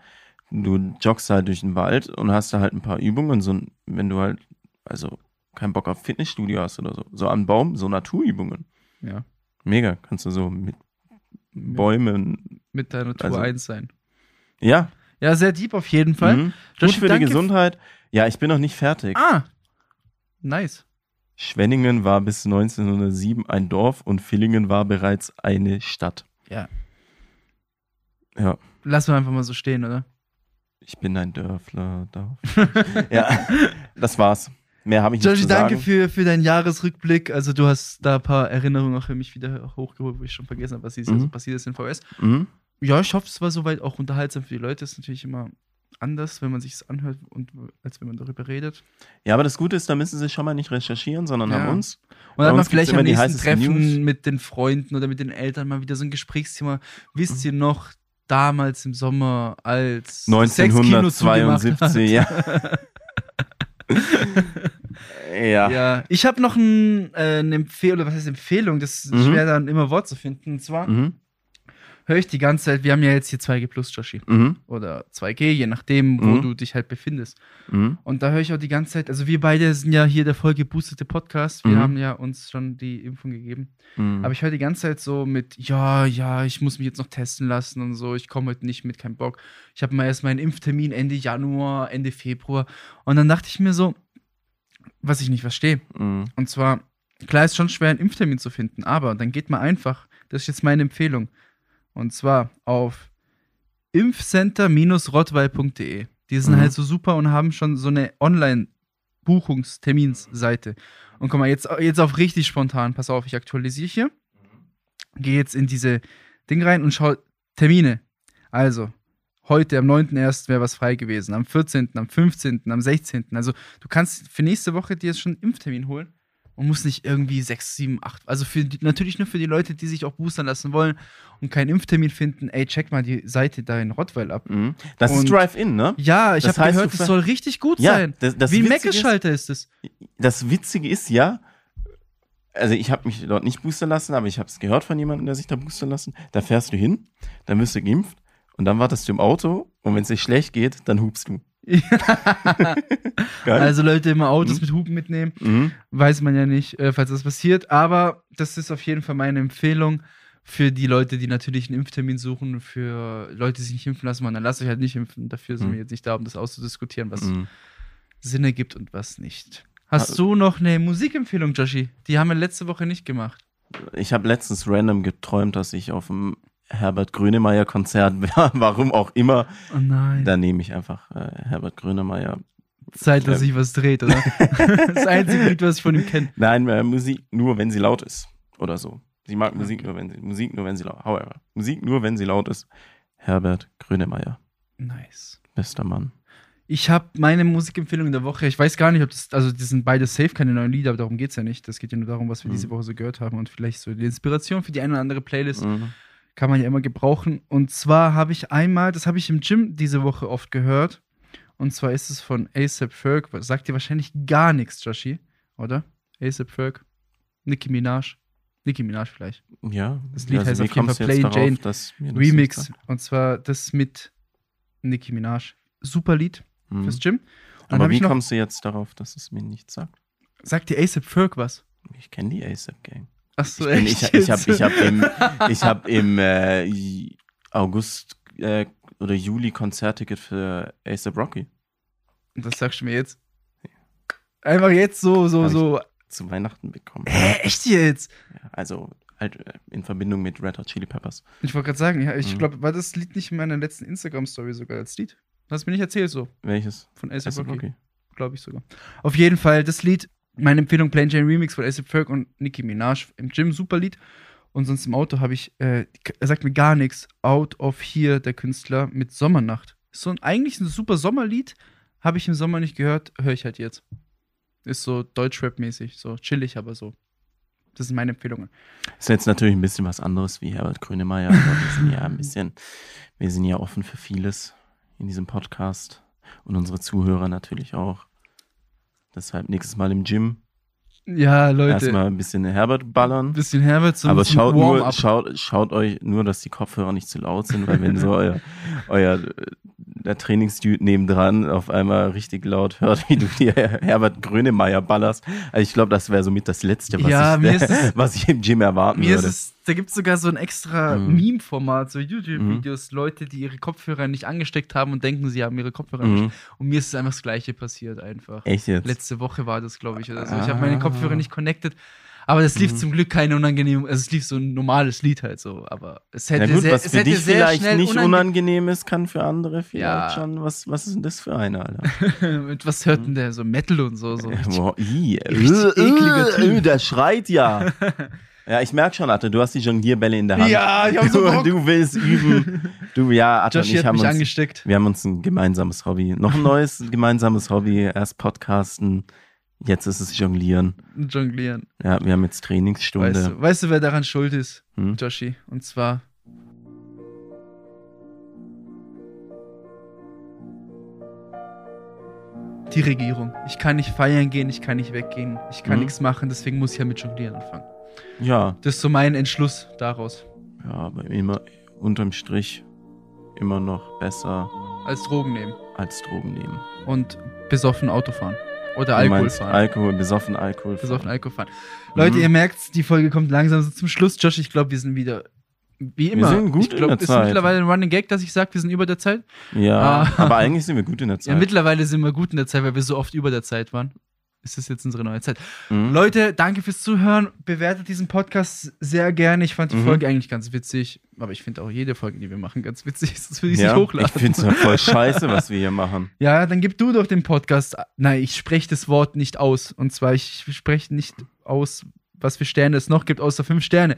Speaker 3: du joggst halt durch den Wald und hast da halt ein paar Übungen, so, ein- wenn du halt, also keinen Bock auf Fitnessstudio hast oder so, so am Baum, so Naturübungen.
Speaker 2: ja,
Speaker 3: Mega, kannst du so mit Bäumen,
Speaker 2: mit deiner Tour
Speaker 3: also-
Speaker 2: eins sein.
Speaker 3: ja,
Speaker 2: Ja, sehr deep auf jeden Fall.
Speaker 3: mhm. gut
Speaker 2: Joshi,
Speaker 3: für die
Speaker 2: danke-
Speaker 3: Gesundheit. Ja, ich bin noch nicht fertig.
Speaker 2: Ah, nice.
Speaker 3: Schwenningen war bis 1907 ein Dorf und Villingen war bereits eine Stadt.
Speaker 2: Ja.
Speaker 3: Ja,
Speaker 2: Lassen wir einfach mal so stehen, oder?
Speaker 3: ich bin ein Dörfler. Dorf. ja, das war's. Mehr habe ich nicht
Speaker 2: Joshi,
Speaker 3: zu sagen.
Speaker 2: danke für, für deinen Jahresrückblick. Also du hast da ein paar Erinnerungen auch für mich wieder hochgeholt, wo ich schon vergessen habe, was dieses Jahr
Speaker 3: Mhm.
Speaker 2: so passiert ist in VS.
Speaker 3: Mhm.
Speaker 2: Ja, ich hoffe, es war soweit auch unterhaltsam für die Leute. Ist natürlich immer anders, wenn man sich es anhört und als wenn man darüber redet.
Speaker 3: Ja, aber das Gute ist, da müssen sie schon mal nicht recherchieren, sondern
Speaker 2: Ja.
Speaker 3: haben uns.
Speaker 2: Und dann
Speaker 3: Bei
Speaker 2: mal
Speaker 3: uns
Speaker 2: vielleicht
Speaker 3: gibt's
Speaker 2: am
Speaker 3: immer die
Speaker 2: nächsten
Speaker 3: heißesten
Speaker 2: Treffen
Speaker 3: News.
Speaker 2: mit den Freunden oder mit den Eltern mal wieder so ein Gesprächsthema.
Speaker 3: Mhm.
Speaker 2: Wisst ihr noch, damals im Sommer, als sechs Kino zugemacht hat?
Speaker 3: 1972, ja. ja.
Speaker 2: Ja, ich habe noch ein, äh, eine Empfehlung, oder was heißt Empfehlung? Das ist
Speaker 3: Mhm.
Speaker 2: schwer dann immer Wort zu finden. Und zwar
Speaker 3: Mhm.
Speaker 2: höre ich die ganze Zeit, wir haben ja jetzt hier 2G Plus, Joshi.
Speaker 3: Mhm.
Speaker 2: Oder 2G, je nachdem, wo
Speaker 3: Mhm.
Speaker 2: du dich halt befindest.
Speaker 3: Mhm.
Speaker 2: Und da höre ich auch die ganze Zeit, also wir beide sind ja hier der voll geboostete Podcast. Wir
Speaker 3: Mhm.
Speaker 2: haben ja uns schon die Impfung gegeben.
Speaker 3: Mhm.
Speaker 2: Aber ich höre die ganze Zeit so mit, ja, ja, ich muss mich jetzt noch testen lassen und so, ich komme heute nicht mit, kein Bock. Ich habe mal erst meinen Impftermin Ende Januar, Ende Februar. Und dann dachte ich mir so, was ich nicht verstehe.
Speaker 3: Mhm.
Speaker 2: Und zwar, klar ist schon schwer, einen Impftermin zu finden, aber dann geht mal einfach. Das ist jetzt meine Empfehlung. Und zwar auf impfcenter-rottweil.de. Die sind
Speaker 3: Mhm.
Speaker 2: halt so super und haben schon so eine Online-Buchungsterminsseite. Und guck mal, jetzt, jetzt auf richtig spontan. Pass auf, ich aktualisiere hier. Gehe jetzt in diese Ding rein und schau Termine. Also, heute am 9.1. wäre was frei gewesen. Am 14., am 15., am 16. Also, du kannst für nächste Woche dir jetzt schon einen Impftermin holen und musst nicht irgendwie 6, 7, 8. Also für die, natürlich nur für die Leute, die sich auch boostern lassen wollen und keinen Impftermin finden. Ey, check mal die Seite da in Rottweil ab.
Speaker 3: Mhm. Das ist
Speaker 2: Und-
Speaker 3: Drive-In, ne?
Speaker 2: Ja, ich
Speaker 3: Das
Speaker 2: habe
Speaker 3: heißt,
Speaker 2: gehört,
Speaker 3: du
Speaker 2: es soll richtig gut sein.
Speaker 3: das, das
Speaker 2: Wie ein
Speaker 3: Witzige ist-
Speaker 2: Meckelschalter ist es.
Speaker 3: das Witzige ist ja, also ich habe mich dort nicht boostern lassen, aber ich habe es gehört von jemandem, der sich da boostern lassen. Da fährst du hin, dann wirst du geimpft und dann wartest du im Auto und wenn es dir schlecht geht, dann hupst du. Geil.
Speaker 2: Also Leute immer Autos
Speaker 3: Mhm.
Speaker 2: mit Hupen mitnehmen.
Speaker 3: mhm.
Speaker 2: Weiß man ja nicht, äh, falls das passiert. Aber das ist auf jeden Fall meine Empfehlung für die Leute, die natürlich einen Impftermin suchen, für Leute, die sich nicht impfen lassen wollen. Dann lasst euch halt nicht impfen. Dafür sind
Speaker 3: Mhm.
Speaker 2: wir jetzt nicht da, um das auszudiskutieren, was
Speaker 3: Mhm.
Speaker 2: Sinn ergibt und was nicht. Hast
Speaker 3: Also-
Speaker 2: du noch eine Musikempfehlung, Joshi? Die haben wir letzte Woche nicht gemacht.
Speaker 3: Ich habe letztens random geträumt, dass ich auf dem Herbert Grönemeyer Konzert war, warum auch immer.
Speaker 2: Oh nein.
Speaker 3: Da nehme ich einfach äh, Herbert Grönemeyer.
Speaker 2: Zeit, dass sich was dreht, oder? das einzige Lied, was ich von ihm kenne.
Speaker 3: Nein, äh, Musik nur, wenn sie laut ist oder so. Sie mag Musik nur, wenn sie Musik nur, wenn sie laut. However, Musik nur, wenn sie laut ist. Herbert Grönemeyer.
Speaker 2: Nice.
Speaker 3: Bester Mann.
Speaker 2: Ich habe meine Musikempfehlung der Woche. Ich weiß gar nicht, ob das. Also, die sind beide safe, keine neuen Lieder, aber darum geht's ja nicht. Das geht ja nur darum, was wir
Speaker 3: Mhm.
Speaker 2: diese Woche so gehört haben und vielleicht so die Inspiration für die eine oder andere Playlist.
Speaker 3: Mhm.
Speaker 2: kann man ja immer gebrauchen. Und zwar habe ich einmal, das habe ich im Gym diese Woche oft gehört. Und zwar ist es von ASAP Ferg. Sagt dir wahrscheinlich gar nichts, Joshi, oder? ASAP Ferg, Nicki Minaj, Nicki Minaj vielleicht.
Speaker 3: Ja, also
Speaker 2: Das Lied heißt
Speaker 3: wie
Speaker 2: auf jeden
Speaker 3: kommst
Speaker 2: Fall
Speaker 3: du jetzt
Speaker 2: Plain Jane
Speaker 3: dass mir das
Speaker 2: Remix.
Speaker 3: nicht
Speaker 2: Und zwar das mit Nicki Minaj. Super Lied
Speaker 3: sagt? Mhm.
Speaker 2: fürs Gym. Und dann
Speaker 3: Aber
Speaker 2: habe
Speaker 3: wie
Speaker 2: ich noch,
Speaker 3: kommst du jetzt darauf, dass es mir nicht sagt?
Speaker 2: sagt dir ASAP Ferg was?
Speaker 3: Ich kenne die ASAP Gang.
Speaker 2: Ach so,
Speaker 3: Ich, bin- ich, ich habe
Speaker 2: jetzt?
Speaker 3: ich hab im, ich hab im äh, J- August äh, oder Juli Konzertticket für ASAP Rocky.
Speaker 2: Das sagst du mir jetzt. Einfach jetzt so, so,
Speaker 3: Hab ich-
Speaker 2: so.
Speaker 3: Zu Weihnachten bekommen.
Speaker 2: Hä, echt jetzt?
Speaker 3: Also halt äh, in Verbindung mit Red Hot Chili Peppers.
Speaker 2: Ich wollte gerade sagen, ja, ich
Speaker 3: Mhm.
Speaker 2: glaube, war das Lied nicht in meiner letzten Instagram-Story sogar als Lied? Hast du mir nicht erzählt so,
Speaker 3: Welches?
Speaker 2: von A$AP
Speaker 3: A$AP
Speaker 2: Rocky, glaube ich sogar. Auf jeden Fall, das Lied, meine Empfehlung, Plain Jane Remix von A$AP Ferg und Nicki Minaj im Gym, super Lied. Und sonst im Auto habe ich, äh, er sagt mir gar nichts, Out of Here, der Künstler, mit Sommernacht. so ein, eigentlich ein super Sommerlied, habe ich im Sommer nicht gehört, höre ich halt jetzt. Ist so Deutschrap-mäßig, so chillig, aber so. Das sind meine Empfehlungen.
Speaker 3: Ist jetzt natürlich ein bisschen was anderes wie Herbert Grönemeyer, aber wir sind ja ein bisschen, wir sind ja offen für vieles in diesem Podcast und unsere Zuhörer natürlich auch. Deshalb nächstes Mal im Gym
Speaker 2: Ja, Leute.
Speaker 3: erstmal ein bisschen Herbert ballern.
Speaker 2: bisschen Herbert zum,
Speaker 3: aber
Speaker 2: zum
Speaker 3: schaut, nur,
Speaker 2: Warm-up.
Speaker 3: schaut, schaut euch nur, dass die Kopfhörer nicht zu laut sind, weil wenn so euer, euer der Trainingsdude nebendran auf einmal richtig laut hört, wie du dir Herbert Grönemeyer ballerst, also ich glaube, das wäre somit das Letzte, was,
Speaker 2: Ja,
Speaker 3: ich,
Speaker 2: mir ist es-
Speaker 3: was ich im Gym erwarten
Speaker 2: Mir ist
Speaker 3: würde.
Speaker 2: es, da gibt es sogar so ein extra
Speaker 3: Mhm.
Speaker 2: Meme-Format, so YouTube-Videos, Leute, die ihre Kopfhörer nicht angesteckt haben und denken, sie haben ihre Kopfhörer
Speaker 3: Mhm.
Speaker 2: angesteckt. Und mir ist einfach das Gleiche passiert einfach.
Speaker 3: Echt jetzt?
Speaker 2: Letzte Woche war das, glaube ich, oder so. Ich
Speaker 3: Ah.
Speaker 2: habe meine Kopfhörer nicht connected. Aber das lief
Speaker 3: Mhm.
Speaker 2: zum Glück keine unangenehm, also es lief so ein normales Lied halt so, aber es hätte
Speaker 3: Na gut,
Speaker 2: sehr,
Speaker 3: was
Speaker 2: es
Speaker 3: für
Speaker 2: hätte
Speaker 3: dich
Speaker 2: sehr
Speaker 3: vielleicht
Speaker 2: schnell
Speaker 3: nicht
Speaker 2: unangenehm.
Speaker 3: unangenehm ist, kann für andere vielleicht
Speaker 2: Ja.
Speaker 3: schon. Was, was ist denn das für einer, Alter?
Speaker 2: Mit was hört
Speaker 3: Mhm.
Speaker 2: denn der? So Metal und so. so. richtig-
Speaker 3: Boah, i,
Speaker 2: richtig ekliger
Speaker 3: äh,
Speaker 2: Typ.
Speaker 3: äh, der schreit ja. ja, ich merke schon, Atta, du hast die Jonglierbälle in der Hand.
Speaker 2: Ja, ich hab so
Speaker 3: du,
Speaker 2: Bock.
Speaker 3: du willst üben. Du, ja, Atta und
Speaker 2: Joshi
Speaker 3: ich
Speaker 2: hat
Speaker 3: haben
Speaker 2: mich
Speaker 3: uns,
Speaker 2: angesteckt.
Speaker 3: wir haben uns ein gemeinsames Hobby. Noch ein neues gemeinsames Hobby. Erst Podcasten, jetzt ist es Jonglieren.
Speaker 2: Jonglieren.
Speaker 3: Ja, wir haben jetzt Trainingsstunde.
Speaker 2: Weißt du, weißt du, wer daran schuld ist?
Speaker 3: Hm?
Speaker 2: Joshi. Und zwar die Regierung. Ich kann nicht feiern gehen, ich kann nicht weggehen, ich kann
Speaker 3: Mhm.
Speaker 2: nichts machen, deswegen muss ich ja mit Jonglieren anfangen.
Speaker 3: Ja,
Speaker 2: Das ist so mein Entschluss daraus.
Speaker 3: ja, aber immer unterm Strich immer noch besser
Speaker 2: Als Drogen nehmen
Speaker 3: als Drogen nehmen.
Speaker 2: und besoffen Auto fahren. Oder
Speaker 3: Du
Speaker 2: Alkohol
Speaker 3: meinst
Speaker 2: fahren.
Speaker 3: Alkohol, besoffen Alkohol.
Speaker 2: besoffen Alkohol fahren.
Speaker 3: Mhm.
Speaker 2: Leute, ihr merkt's, die Folge kommt langsam so zum Schluss. Josh, ich glaube, wir sind wieder wie immer.
Speaker 3: sind gut
Speaker 2: ich
Speaker 3: in der
Speaker 2: glaube, ist
Speaker 3: Zeit.
Speaker 2: mittlerweile ein Running Gag, dass ich sage, wir sind über der Zeit.
Speaker 3: Ja,
Speaker 2: Ah.
Speaker 3: aber eigentlich sind wir gut in der
Speaker 2: Ja,
Speaker 3: Zeit.
Speaker 2: mittlerweile sind wir gut in der Zeit, weil wir so oft über der Zeit waren. Ist das jetzt unsere neue Zeit?
Speaker 3: Mhm.
Speaker 2: Leute, danke fürs Zuhören. Bewertet diesen Podcast sehr gerne. Ich fand die
Speaker 3: Mhm.
Speaker 2: Folge eigentlich ganz witzig, aber ich finde auch jede Folge, die wir machen, ganz witzig. Sonst würde ich
Speaker 3: ja,
Speaker 2: nicht hochladen.
Speaker 3: ich finde es ja voll scheiße, was wir hier machen.
Speaker 2: Ja, dann gib du doch den Podcast. Nein, ich spreche das Wort nicht aus. Und zwar, ich spreche nicht aus, was für Sterne es noch gibt, außer fünf Sterne.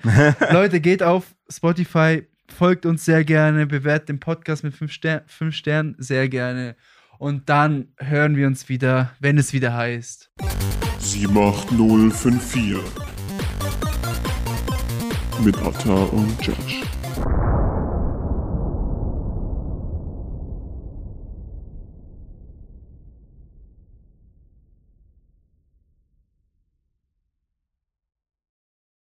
Speaker 2: Leute, geht auf Spotify, folgt uns sehr gerne, bewertet den Podcast mit fünf, Ster fünf Sternen sehr gerne. Und dann hören wir uns wieder, wenn es wieder heißt.
Speaker 4: 78054. Mit Atta und Josh.